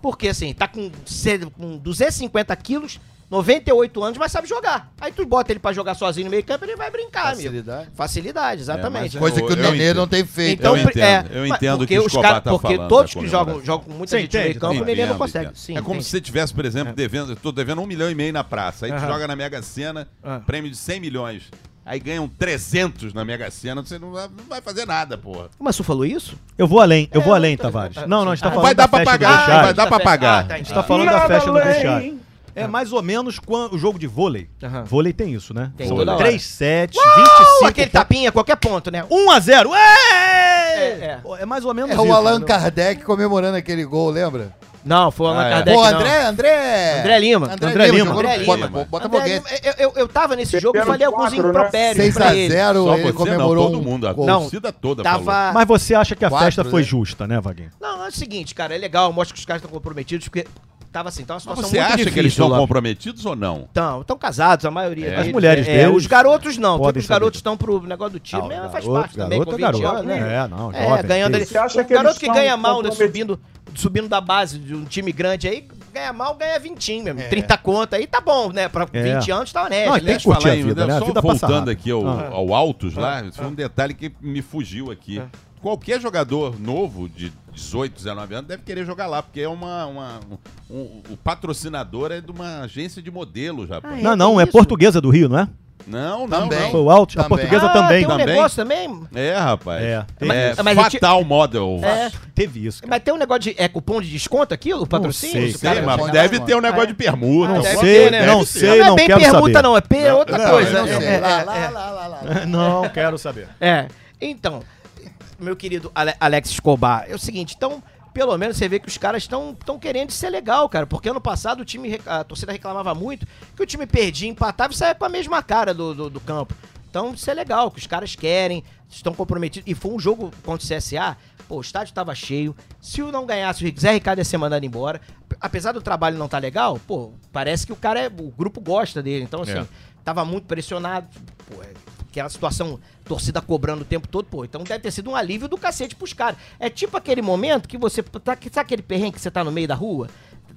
S3: Porque assim, tá com, se- com 250 quilos, 98 anos, mas sabe jogar. Aí tu bota ele pra jogar sozinho no meio campo, ele vai brincar,
S5: Facilidade.
S3: amigo. Facilidade, exatamente.
S1: É, mas
S5: Coisa que o
S1: Eu
S5: Nenê
S1: entendo.
S5: não tem feito.
S1: Então, Eu
S5: né?
S1: entendo,
S3: é,
S1: eu
S3: mas
S1: entendo o que
S3: porque
S1: o
S3: os
S1: Escobar
S3: caras-
S1: tá
S3: Porque
S1: falando
S3: todos
S1: da
S3: que jogam,
S1: comemoração.
S3: jogam com muita
S2: Você
S3: gente no meio
S2: entende,
S3: campo, o
S1: Entendo,
S3: Nenê não
S1: entendo.
S3: consegue. Sim,
S1: é como
S3: entende.
S1: se você tivesse, por exemplo, devendo. Eu tô devendo um milhão e meio na praça. Aí tu
S3: Aham. Ah.
S1: joga na Mega Sena,
S3: Aham.
S1: prêmio de 100 milhões. Aí ganham 300 na Mega Sena, você não vai, não vai fazer nada, porra.
S3: Mas tu falou isso?
S2: Eu vou além, eu
S3: É,
S2: vou além,
S3: tá-
S2: Tavares.
S3: tá-
S2: Não, não, a gente tá
S3: Ah,
S2: falando
S1: vai dar
S2: da
S1: pra
S2: festa do
S1: pagar,
S2: vestiário.
S1: vai dar pra pagar.
S3: Ah, tá,
S2: A gente tá
S3: entendi.
S2: falando da
S4: Nada
S2: festa no
S4: além.
S2: vestiário. É mais ou menos quan- o jogo de vôlei.
S3: Aham.
S2: Vôlei tem isso, né?
S3: Tem,
S2: São
S3: toda hora.
S2: 3, 7,
S3: Ou
S2: 25.
S3: aquele
S1: tá
S3: tapinha, qualquer ponto, né?
S2: 1 tá a 0. É,
S3: É,
S2: é mais ou menos
S5: É o
S3: né?
S5: Allan Kardec comemorando aquele gol, lembra?
S3: Não, foi o Allan
S1: Ah, é.
S3: Kardec,
S5: Pô,
S3: não.
S5: André, André.
S3: André Lima.
S5: André,
S2: André
S5: Lima.
S2: Lima.
S5: jogou no
S3: André
S5: Bota- um
S1: Lima.
S3: André
S5: Botafoguense.
S3: Lima, é, eu, eu, eu tava nesse jogo e falei
S4: Perderam
S3: alguns
S4: quatro, né?
S3: impropérios pra ele.
S5: 6x0,
S1: Só
S5: ele
S1: você não,
S5: comemorou.
S1: todo
S5: um
S1: mundo. A
S5: gol.
S3: Não,
S1: torcida toda falou.
S3: Tava,
S2: Mas você acha que a
S5: tá Quatro,
S2: festa foi
S5: né?
S2: justa, né, Vaguinho?
S3: Não, é o seguinte, cara, é legal, mostra que os caras estão comprometidos, porque tava assim, tá uma
S1: Mas
S3: situação
S1: Você
S3: muito
S1: acha
S3: difícil.
S1: que eles estão
S3: Lopes.
S1: comprometidos ou não?
S3: Estão, estão casados, a maioria.
S1: É.
S3: deles.
S2: As mulheres
S3: é,
S2: deles
S3: Os garotos não,
S2: podem
S3: porque os
S2: saber.
S3: garotos estão pro negócio do time,
S2: Não,
S3: mas faz
S2: garoto,
S3: parte também,
S2: garoto é
S3: com 20
S2: garoto,
S3: anos, né?
S2: né? É, não,
S3: é,
S2: jovem,
S3: ganhando
S2: que
S3: ali.
S2: isso.
S4: Você acha
S3: O
S4: que eles
S3: garoto que
S4: estão
S3: ganha mal, né,
S4: comprometidos?
S3: subindo, subindo da base de um time grande aí, ganha mal, ganha 20, meu amigo,
S4: É.
S3: 30 conta, aí tá bom, né? Pra
S2: É.
S3: 20 anos tá honesto,
S2: Não,
S3: né?
S2: tem que curtir a vida, né? A
S1: só
S2: vida passa
S1: voltando
S2: rápido.
S1: aqui ao,
S2: Ah.
S1: ao Autos lá, isso foi um detalhe que me fugiu aqui. Qualquer jogador novo de 18, 19 anos deve querer jogar lá, porque é uma. uma- um- o patrocinador é de uma agência de modelos, rapaz.
S3: Ah, é?
S2: Não, não,
S3: tem
S2: é
S3: isso?
S2: portuguesa do Rio, não é?
S1: Não, não,
S5: Também.
S1: não.
S2: Foi o Alt, a
S5: Também.
S2: portuguesa também.
S3: tem um
S1: Também?
S3: negócio também?
S1: É, rapaz.
S2: É,
S1: É,
S2: tem
S3: isso. Mas é ti-
S1: fatal model.
S3: É.
S2: Teve isso, cara.
S3: Mas tem um negócio de. É cupom de desconto aqui? O patrocínio?
S2: sei,
S3: Se o
S1: Sei,
S3: cara-
S1: mas
S5: pode-
S1: deve
S5: pode-
S1: ter um negócio de permuta.
S2: Não
S1: alguma
S2: sei, né?
S1: coisa, deve
S2: Não
S1: ter.
S2: sei,
S3: não
S2: não
S3: é bem
S2: quero
S3: permuta,
S2: saber.
S3: não. É P, é outra
S1: não,
S3: coisa.
S1: não,
S3: né?
S1: não.
S3: É,
S5: Lá,
S3: é,
S5: lá,
S3: é.
S5: lá, lá, lá.
S2: Não quero saber.
S3: É. Então, meu querido Ale- Alex Escobar, é o seguinte, então, pelo menos você vê que os caras estão tão querendo ser legal, cara. Porque ano passado o time, rec- a torcida reclamava muito que o time perdia, empatava e saía com a mesma cara do, do, do campo. Então, isso é legal, que os caras querem, estão comprometidos. E foi um jogo contra o CSA, pô, o estádio tava cheio. Se o não ganhasse, o Zé Ricardo ia ser mandado embora. Apesar do trabalho não tá legal, pô, parece que o cara, é, o grupo gosta dele. Então, assim,
S1: É.
S3: tava muito pressionado, pô, é, aquela situação, torcida cobrando o tempo todo, pô. Então deve ter sido um alívio do cacete pros caras. É tipo aquele momento que você. Tá, que- sabe aquele perrengue que você tá no meio da rua?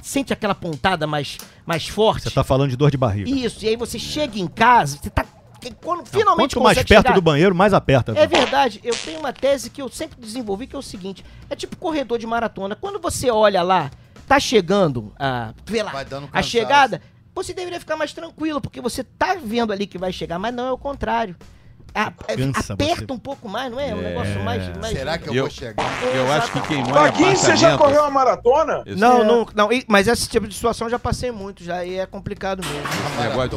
S3: Sente aquela pontada mais, mais forte.
S2: Você tá falando de dor de barriga.
S3: Isso, e aí você chega em casa, você tá. que- Quando finalmente
S2: Quanto mais
S3: consegue
S2: perto
S3: chegar-
S2: do banheiro, mais aperta.
S3: é verdade, eu tenho uma tese que eu sempre desenvolvi, que é o seguinte: é tipo corredor de maratona. Quando você olha lá, tá chegando a, vê lá,
S5: Vai dando
S3: a
S5: cansaço.
S3: chegada, você deveria ficar mais tranquilo, porque você tá vendo ali que vai chegar, mas não é o contrário. A- é-
S2: Cansa
S3: aperta
S2: você.
S3: um pouco mais, não é? É um negócio mais. mais
S5: Será que eu,
S1: Eu-
S5: vou chegar?
S1: Eu acho que quem mora em
S4: Paquinho, você já
S1: apartamento-
S4: correu uma maratona?
S1: Esse é
S3: Não, não, não, e- mas esse tipo de situação eu já passei muito, já e é complicado mesmo.
S1: esse negócio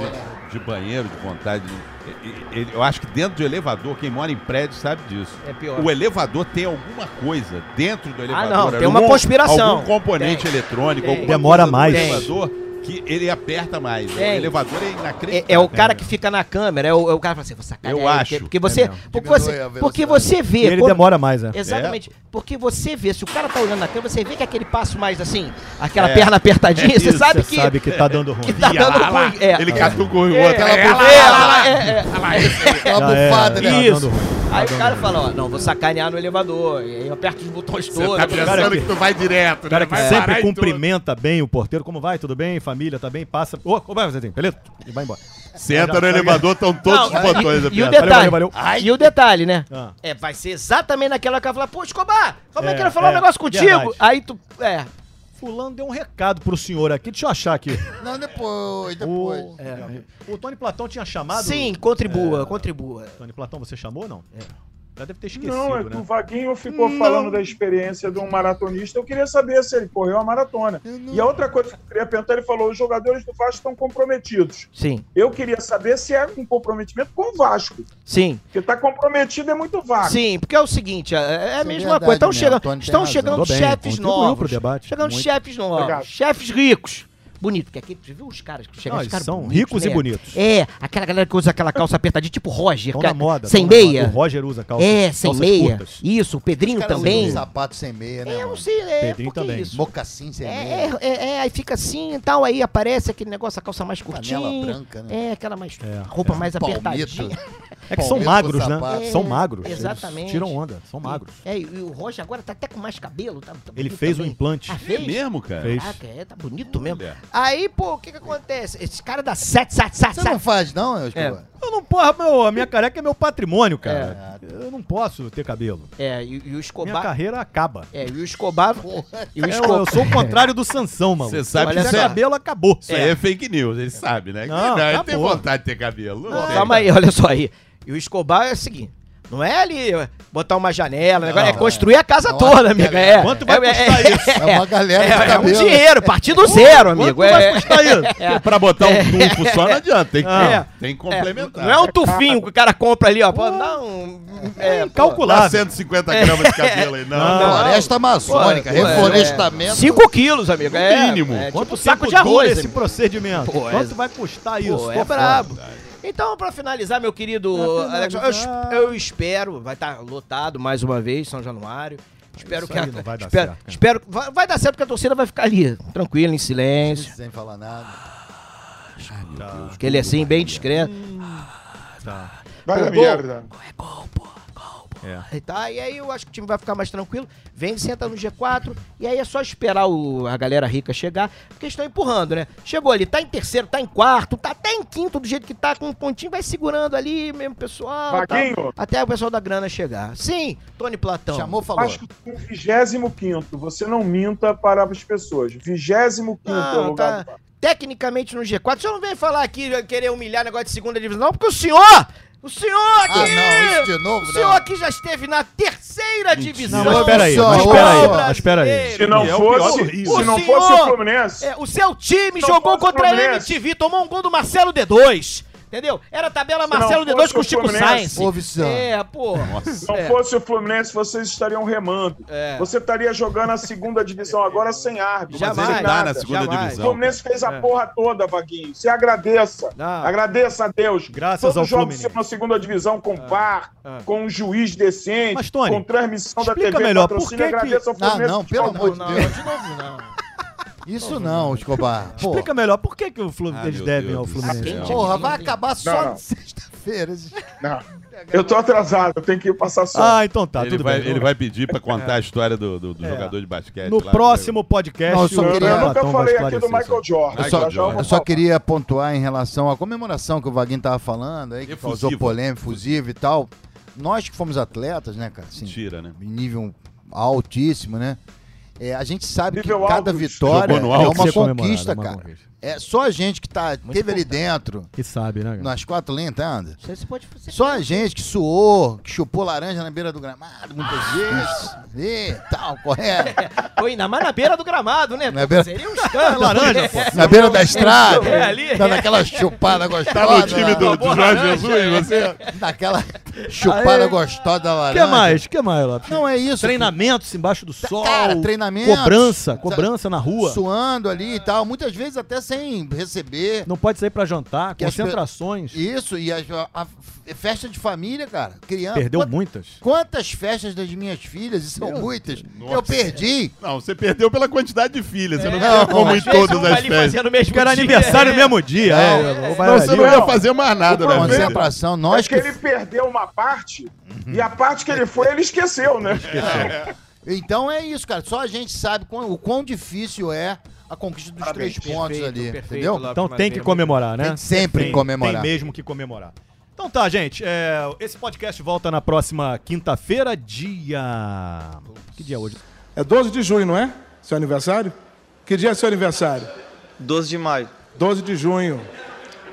S1: de, de banheiro, de vontade. de- e- e- ele- Eu acho que dentro do elevador, quem mora em prédio sabe disso.
S3: É pior. Ah,
S1: O elevador tem alguma coisa dentro do elevador.
S3: não, tem uma
S1: algum-
S3: conspiração.
S1: Algum componente eletrônico.
S3: Tem.
S1: alguma
S2: Demora
S1: coisa do
S2: mais.
S1: elevador que ele aperta mais.
S3: Tem.
S1: O elevador é
S3: É,
S1: inacreditável.
S3: é o cara que fica na câmera, é o, é o cara que fala assim, "Vou sacar
S1: Eu
S3: ele",
S1: acho.
S3: Porque você,
S2: É mesmo.
S3: porque,
S5: Diminui
S3: você
S5: a velocidade.
S3: porque você vê.
S2: E ele
S3: quando-
S2: demora mais, né?
S3: Exatamente. Porque você vê, se o cara tá olhando na câmera, você vê que aquele passo mais assim, aquela
S1: É.
S3: perna apertadinha, você
S1: Isso,
S3: sabe
S2: Você
S3: que,
S2: sabe que tá dando
S3: que
S2: ruim.
S3: tá dando
S1: Lá, lá.
S3: ruim. É.
S1: Ele
S3: É.
S1: catuca o outro.
S3: É,
S1: ela-
S3: é, lá, é, é.
S5: Uma
S2: Já era,
S5: bufada,
S2: tá
S5: né?
S2: dando ruim.
S3: Aí o cara fala, ó, não, vou sacanear no elevador. E aí eu aperto os botões todos.
S2: cara que-
S1: tu vai direto, né?
S2: O cara que
S1: Vai parar
S2: sempre
S1: em
S2: cumprimenta bem o porteiro. Como vai? Tudo bem? Família, tá bem? Passa. Ô, como vai, Zezinho? Beleza? E vai embora.
S1: tudo. Senta no elevador, estão todos
S3: Não,
S1: os botões
S3: E o
S1: apertados.
S3: detalhe,
S2: valeu, valeu.
S3: e o detalhe, né?
S2: Ah.
S3: É, vai ser exatamente naquela que ela fala, pô, Escobar, como é,
S2: É,
S3: que ela falou
S2: é,
S3: um negócio contigo?
S2: verdade.
S3: Aí tu, é,
S2: Fulano deu um recado pro senhor aqui. Deixa eu achar aqui.
S5: Não, depois,
S2: O, É,
S5: depois.
S2: o Tony Platão tinha chamado.
S3: sim, contribua, contribua.
S2: Tony Platão, você chamou ou não? É. Já deve ter esquecido,
S4: Não, é que
S2: né?
S4: o Vaguinho ficou falando da experiência de um maratonista. Eu queria saber se ele correu a maratona. E a outra coisa que eu queria perguntar, ele falou: os jogadores do Vasco estão comprometidos.
S3: Sim,
S4: Eu queria saber se é um comprometimento com o Vasco.
S3: sim.
S4: Porque tá comprometido é muito vago.
S3: Sim, porque é o seguinte, é- é a
S5: é
S3: mesma
S5: verdade
S3: coisa. Então
S5: mesmo,
S3: chegam,
S5: Antônio tem
S3: estão
S5: razão.
S3: chegando
S2: Mandou bem,
S3: chefes
S2: contribuiu
S3: novos.
S2: pro debate.
S3: Chegando
S2: Muito.
S3: chefes novos.
S4: Obrigado.
S3: Chefes ricos. Bonito, porque aqui tu viu os caras que chegam,
S2: Não,
S3: os caras
S2: são
S3: bonitos,
S2: ricos e
S3: né?
S2: bonitos.
S3: É, aquela galera que usa aquela calça apertadinha, tipo Roger,
S2: Estão
S3: cara,
S2: na moda.
S3: sem
S2: tão na moda.
S3: meia.
S2: O Roger usa calça.
S3: é, sem
S2: calças
S3: meia.
S2: curtas.
S3: Isso, o Pedrinho
S5: Os caras usam
S3: também.
S5: Sapato sem meia, né?
S3: É, eu não
S5: mano?
S3: sei, é,
S2: Pedrinho
S3: porque
S2: também.
S3: isso.
S5: Mocassim sem
S3: É,
S5: meia.
S3: é, é, é, aí fica assim e tal, aí aparece aquele negócio, a calça mais curtinha.
S5: Canela branca, né?
S3: É, aquela mais.
S2: É,
S3: roupa mais
S5: Palmito.
S3: apertadinha.
S2: É que são
S5: Palmito,
S2: magros, né?
S5: sapato.
S2: São magros. Eles
S3: Exatamente.
S2: tiram onda, são magros.
S3: É, e o Roger agora tá até com mais cabelo. tá- tá
S2: Ele
S3: bonito
S2: fez um
S3: também.
S2: implante.
S3: Ah,
S1: É
S3: fez?
S1: mesmo, cara?
S2: Fez.
S3: Caraca, é, tá bonito mesmo.
S1: Olha.
S3: Aí, pô, o que que acontece? Esse cara dá 7, 7, 7,
S5: Você não
S3: 7.
S5: faz, não, Escobar?
S2: Eu não porra, meu, a minha careca é meu patrimônio, cara. Eu não posso ter cabelo.
S3: É, e, e o
S2: Minha
S3: Escobar.
S2: carreira acaba.
S3: É, e o Escobar. E o
S2: É, Eu, eu
S3: Escobar.
S2: sou o contrário do Sansão, mano.
S1: Você sabe
S3: Olha
S1: que
S2: Minha
S1: isso
S3: só.
S1: é,
S2: cabelo acabou.
S1: isso aí é fake news, ele sabe, né?
S2: Não,
S1: ele tem
S2: acabou.
S1: vontade de ter cabelo. não
S3: Não,
S1: tem.
S3: calma aí, olha só aí. E o Escobar é o seguinte. Não é ali ó, botar uma janela, negócio, é construir a casa
S5: Não,
S3: toda,
S5: é.
S3: amigo. É,
S2: Quanto vai
S3: é,
S2: custar
S3: é,
S2: isso?
S5: É uma galera de
S3: É, é um
S5: cabelo.
S3: dinheiro, partir do zero, amigo.
S2: Quanto vai
S3: é,
S2: custar isso?
S1: Porque pra botar um tufo só não adianta, tem que,
S3: Ah.
S1: tem que
S3: é,
S1: complementar.
S3: não é um tufinho que o cara compra ali, ó. Pô, dá um. É, pô,
S1: Dá
S2: Calculável.
S1: 150 gramas de cabelo aí, não.
S2: Não.
S1: não.
S5: Floresta Amazônica,
S3: Pô, é, pô, é.
S5: reflorestamento.
S3: 5 quilos, amigo. É,
S1: mínimo.
S3: É,
S2: Quanto
S3: tipo saco
S2: tempo
S3: de
S2: dura
S3: arroz.
S2: esse
S3: amigo.
S2: procedimento?
S3: Pô, é-
S2: Quanto vai custar isso?
S3: Pô,
S2: Tô
S3: é
S2: fora.
S3: brabo. Então, pra finalizar, meu querido
S2: Pra
S3: Alex, eu, es-
S2: finalizar.
S3: eu espero, vai estar lotado mais uma vez, São Januário. Espero
S2: isso
S3: que a,
S2: aí não vai dar
S3: espero,
S2: certo, cara.
S3: espero que- vai, vai dar certo porque a torcida vai ficar ali, tranquila, em silêncio,
S5: Sem falar nada.
S3: aquele assim bem discreto.
S4: Vai
S3: Pô,
S4: dar
S3: gol.
S4: merda.
S3: É gol, pô, gol, pô. E, tá, e aí eu acho que o time vai ficar mais tranquilo. Vem, senta no G4. E aí é só esperar o- a galera rica chegar. Porque estão empurrando, né? Chegou ali, tá em terceiro, tá em quarto, tá até em quinto do jeito que tá, com um pontinho, vai segurando ali mesmo, pessoal. tal,
S4: Vaguinho.
S3: até o pessoal da grana chegar. Sim, Tony Platão.
S5: Chamou, falou.
S4: Vasco tem 25. Você não minta para as pessoas. 25 é o
S3: Não,
S4: lugar
S3: tá.
S4: do Vasco.
S3: tecnicamente no G4. O senhor não vem falar aqui eh, querer humilhar negócio de segunda divisão, não, porque o senhor, o senhor aqui,
S5: Ah, não, isso de novo,
S3: o senhor
S5: não.
S3: aqui já esteve na terceira divisão.
S2: Não, mas
S5: Olha
S2: espera aí,
S5: só,
S2: mas
S5: olha
S2: espera aí,
S5: só.
S2: mas espera aí.
S4: Se não
S1: E é o
S4: fosse,
S1: pior do Rio.
S4: se não
S3: O
S4: fosse o
S3: senhor-
S4: Fluminense,
S3: É, o seu time
S4: Não
S3: jogou
S4: fosse
S3: contra a
S4: um Fluminense.
S3: MTV, tomou um gol do Marcelo D2. Entendeu? Era tabela
S4: não
S3: Marcelo
S4: fosse
S3: D2 com o
S4: o
S3: Chico
S4: Fluminense,
S3: Sainz.
S5: Ô, Vicente.
S3: É, pô.
S4: se não
S3: É.
S4: fosse o Fluminense, vocês estariam remando.
S3: É.
S4: Você estaria jogando a segunda divisão agora sem árbitro.
S1: Mas
S3: Jamais,
S1: ele
S4: sem
S1: tá
S4: nada.
S1: na segunda
S3: jamais.
S4: O
S1: divisão.
S4: Fluminense fez
S2: É.
S4: a porra toda, Vaguinho. Você agradeça.
S3: Ah.
S4: Agradeça a Deus.
S2: Graças
S4: Todos
S2: ao
S4: os jogos
S2: Fluminense. É,
S4: são na segunda divisão com VAR, com um juiz decente,
S2: Mas, Tony,
S4: com transmissão da
S2: explica
S4: TV
S2: melhor, por
S4: patrocínio.
S2: que que-
S4: Agradeça ao
S5: Ah, Não,
S4: Fluminense.
S5: não, pelo amor de
S3: Não,
S5: Deus.
S3: de novo não.
S5: Isso não, Escobar. Pô,
S2: Explica melhor, por que, que o Flu...
S1: Ah,
S2: eles
S1: meu
S2: devem
S1: Deus
S2: ao
S1: do
S2: Fluminense?
S1: céu.
S5: Porra, vai acabar só
S4: Não.
S5: na sexta-feira.
S4: Não. Eu tô atrasado, eu tenho que passar só.
S2: Ah, então tá,
S1: ele,
S2: tudo
S1: vai,
S2: bem.
S1: ele vai pedir pra contar a história do, do- do
S2: É.
S1: jogador de basquete.
S2: No
S1: lá,
S2: próximo podcast,
S5: Não, eu só
S2: o
S4: eu,
S5: queria-
S2: Platão
S4: nunca
S2: vai
S4: falei aqui
S2: esclarecer isso
S4: do
S2: aí.
S4: Michael Jordan.
S1: Michael
S4: já já eu vou
S1: Jordan.
S5: Eu só
S4: falar.
S5: queria pontuar em relação à comemoração que o Vaguinho tava falando aí, que
S1: Efusivo.
S5: causou polêmica, fusiva e tal. Nós que fomos atletas, né, cara? Assim,
S1: Mentira, né?
S5: em nível altíssimo, né? É, a gente sabe que
S4: Nível
S5: cada
S4: alto.
S5: vitória é
S1: Jogou no alto.
S5: uma
S2: Ser comemorado,
S5: conquista,
S2: uma
S5: cara.
S2: conquista.
S5: É só a gente que tá, teve ali dentro,
S2: Que sabe, né, cara?
S5: nas quatro linhas, tá, Anderson?
S3: Você se pode fazer.
S5: Só a gente que suou, que chupou laranja na beira do gramado muitas vezes. E tal, correto.
S3: Pô, é, ainda mais na beira do gramado, né?
S5: Na
S3: Pô,
S5: beira-
S3: Seria um escândalo. laranja, pô.
S2: É.
S5: Na beira da estrada.
S3: É, ali, é.
S5: Dando aquela chupada gostosa.
S2: Tá
S5: né?
S1: Tá Jorge Jesus, você.
S5: Daquela chupada gostosa da
S2: O
S5: laranja.
S2: que mais? O que mais, Lopes?
S5: Não, é isso.
S2: Treinamentos embaixo do sol.
S5: Cara, treinamento.
S2: Cobrança, cobrança na rua.
S5: Suando ali e tal. Muitas vezes até sem receber.
S2: Não pode sair pra jantar,
S5: Que as pe-
S2: concentrações.
S5: Isso, e as- a, a festa de família, cara. Criança.
S2: Perdeu
S5: Quant-
S2: muitas.
S5: Quantas festas das minhas filhas, e são muitas, eu
S2: É
S5: perdi.
S1: Não, você perdeu pela quantidade de filhas. Você não
S5: Não,
S1: não, como em
S3: Às vezes um
S1: todas
S3: vai
S1: as
S3: ali
S1: festas.
S3: fazer no mesmo
S2: Porque era
S3: dia.
S2: aniversário no
S3: É.
S2: mesmo
S5: É.
S2: dia. é, vai
S1: Não,
S2: ali,
S1: você não ia fazer mais nada, né?
S4: problema-
S1: velho?
S5: Concentração, nós
S4: É que ele perdeu uma parte
S2: Uhum.
S4: e a parte que ele foi, ele esqueceu, né?
S5: Então é isso, cara. Só a gente sabe quão- o quão difícil é a conquista dos três pontos ali, entendeu?
S2: Então tem que comemorar, né?
S5: Tem que sempre
S2: Tem-
S5: comemorar.
S2: Tem mesmo que comemorar. Então tá, gente. é, esse podcast volta na próxima quinta-feira, dia. Que dia é hoje?
S10: É 12 de junho, não é? Seu aniversário? Que dia é seu aniversário?
S9: 12 de maio.
S10: 12 de junho.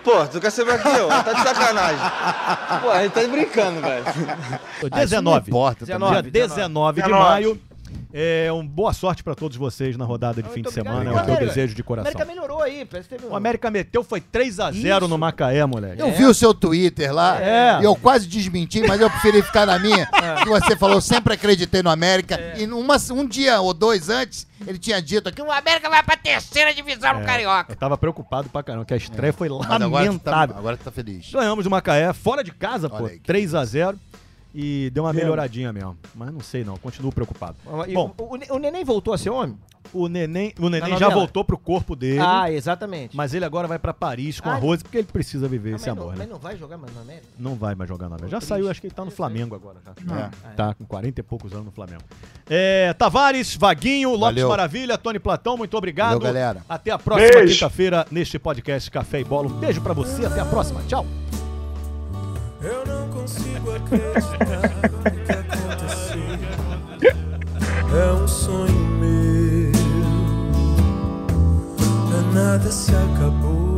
S9: Pô, tu quer saber aqui, ó? Tá de sacanagem. Pô, a gente tá brincando, velho.
S5: Ah, isso não
S2: 19.
S5: importa né? também.
S2: Dia 19 de
S4: 19.
S2: maio. É, um boa sorte pra todos vocês na rodada de fim de semana. É o que eu desejo de
S3: O
S2: coração.
S3: Ah, América melhorou aí. Parece que teve um...
S2: O América meteu foi 3 a 0 no Macaé, moleque.
S5: Eu vi o seu Twitter lá
S2: É.
S5: e eu quase desmenti, mas eu preferi ficar na minha. Que você falou, sempre acreditei no América.
S2: É.
S5: E numa- um dia ou dois antes, ele tinha dito aqui, o América vai pra terceira divisão no Carioca.
S2: Eu tava preocupado pra caramba, que a estreia foi
S5: É. Mas agora tu tá,
S2: lamentável.
S5: agora tu tá feliz.
S2: Ganhamos o Macaé fora de casa, pô,
S5: aí, que
S2: 3 a 0 e deu uma melhoradinha mesmo. Mas não sei não, continuo preocupado.
S3: E
S2: Bom,
S3: um- o, o Ne- o Neném voltou a ser homem?
S2: o Neném, o Neném
S3: Na
S2: já
S3: novela.
S2: voltou pro corpo dele,
S3: Ah, exatamente.
S2: mas ele agora vai pra Paris com a
S3: Ah,
S2: Rose porque ele precisa viver
S3: Ah,
S2: esse
S3: mas não,
S2: amor, né?
S3: mas não vai jogar mais no América?
S2: Não vai mais jogar na América. Já
S3: Triste. É, Ah,
S2: saiu, acho que ele tá no Flamengo agora. Já.
S5: É.
S2: Tá com 40 e poucos anos no Flamengo. É, Tavares, Vaguinho, Lopes
S5: Valeu.
S2: Maravilha, Tony Platão, muito obrigado.
S5: Valeu, galera.
S2: Até a próxima
S4: Beijo.
S2: quinta-feira neste podcast Café e Bola. Um beijo pra você, até a próxima. Tchau.
S9: Eu não consigo acreditar no que aconteceu. É um sonho meu. É nada se acabou.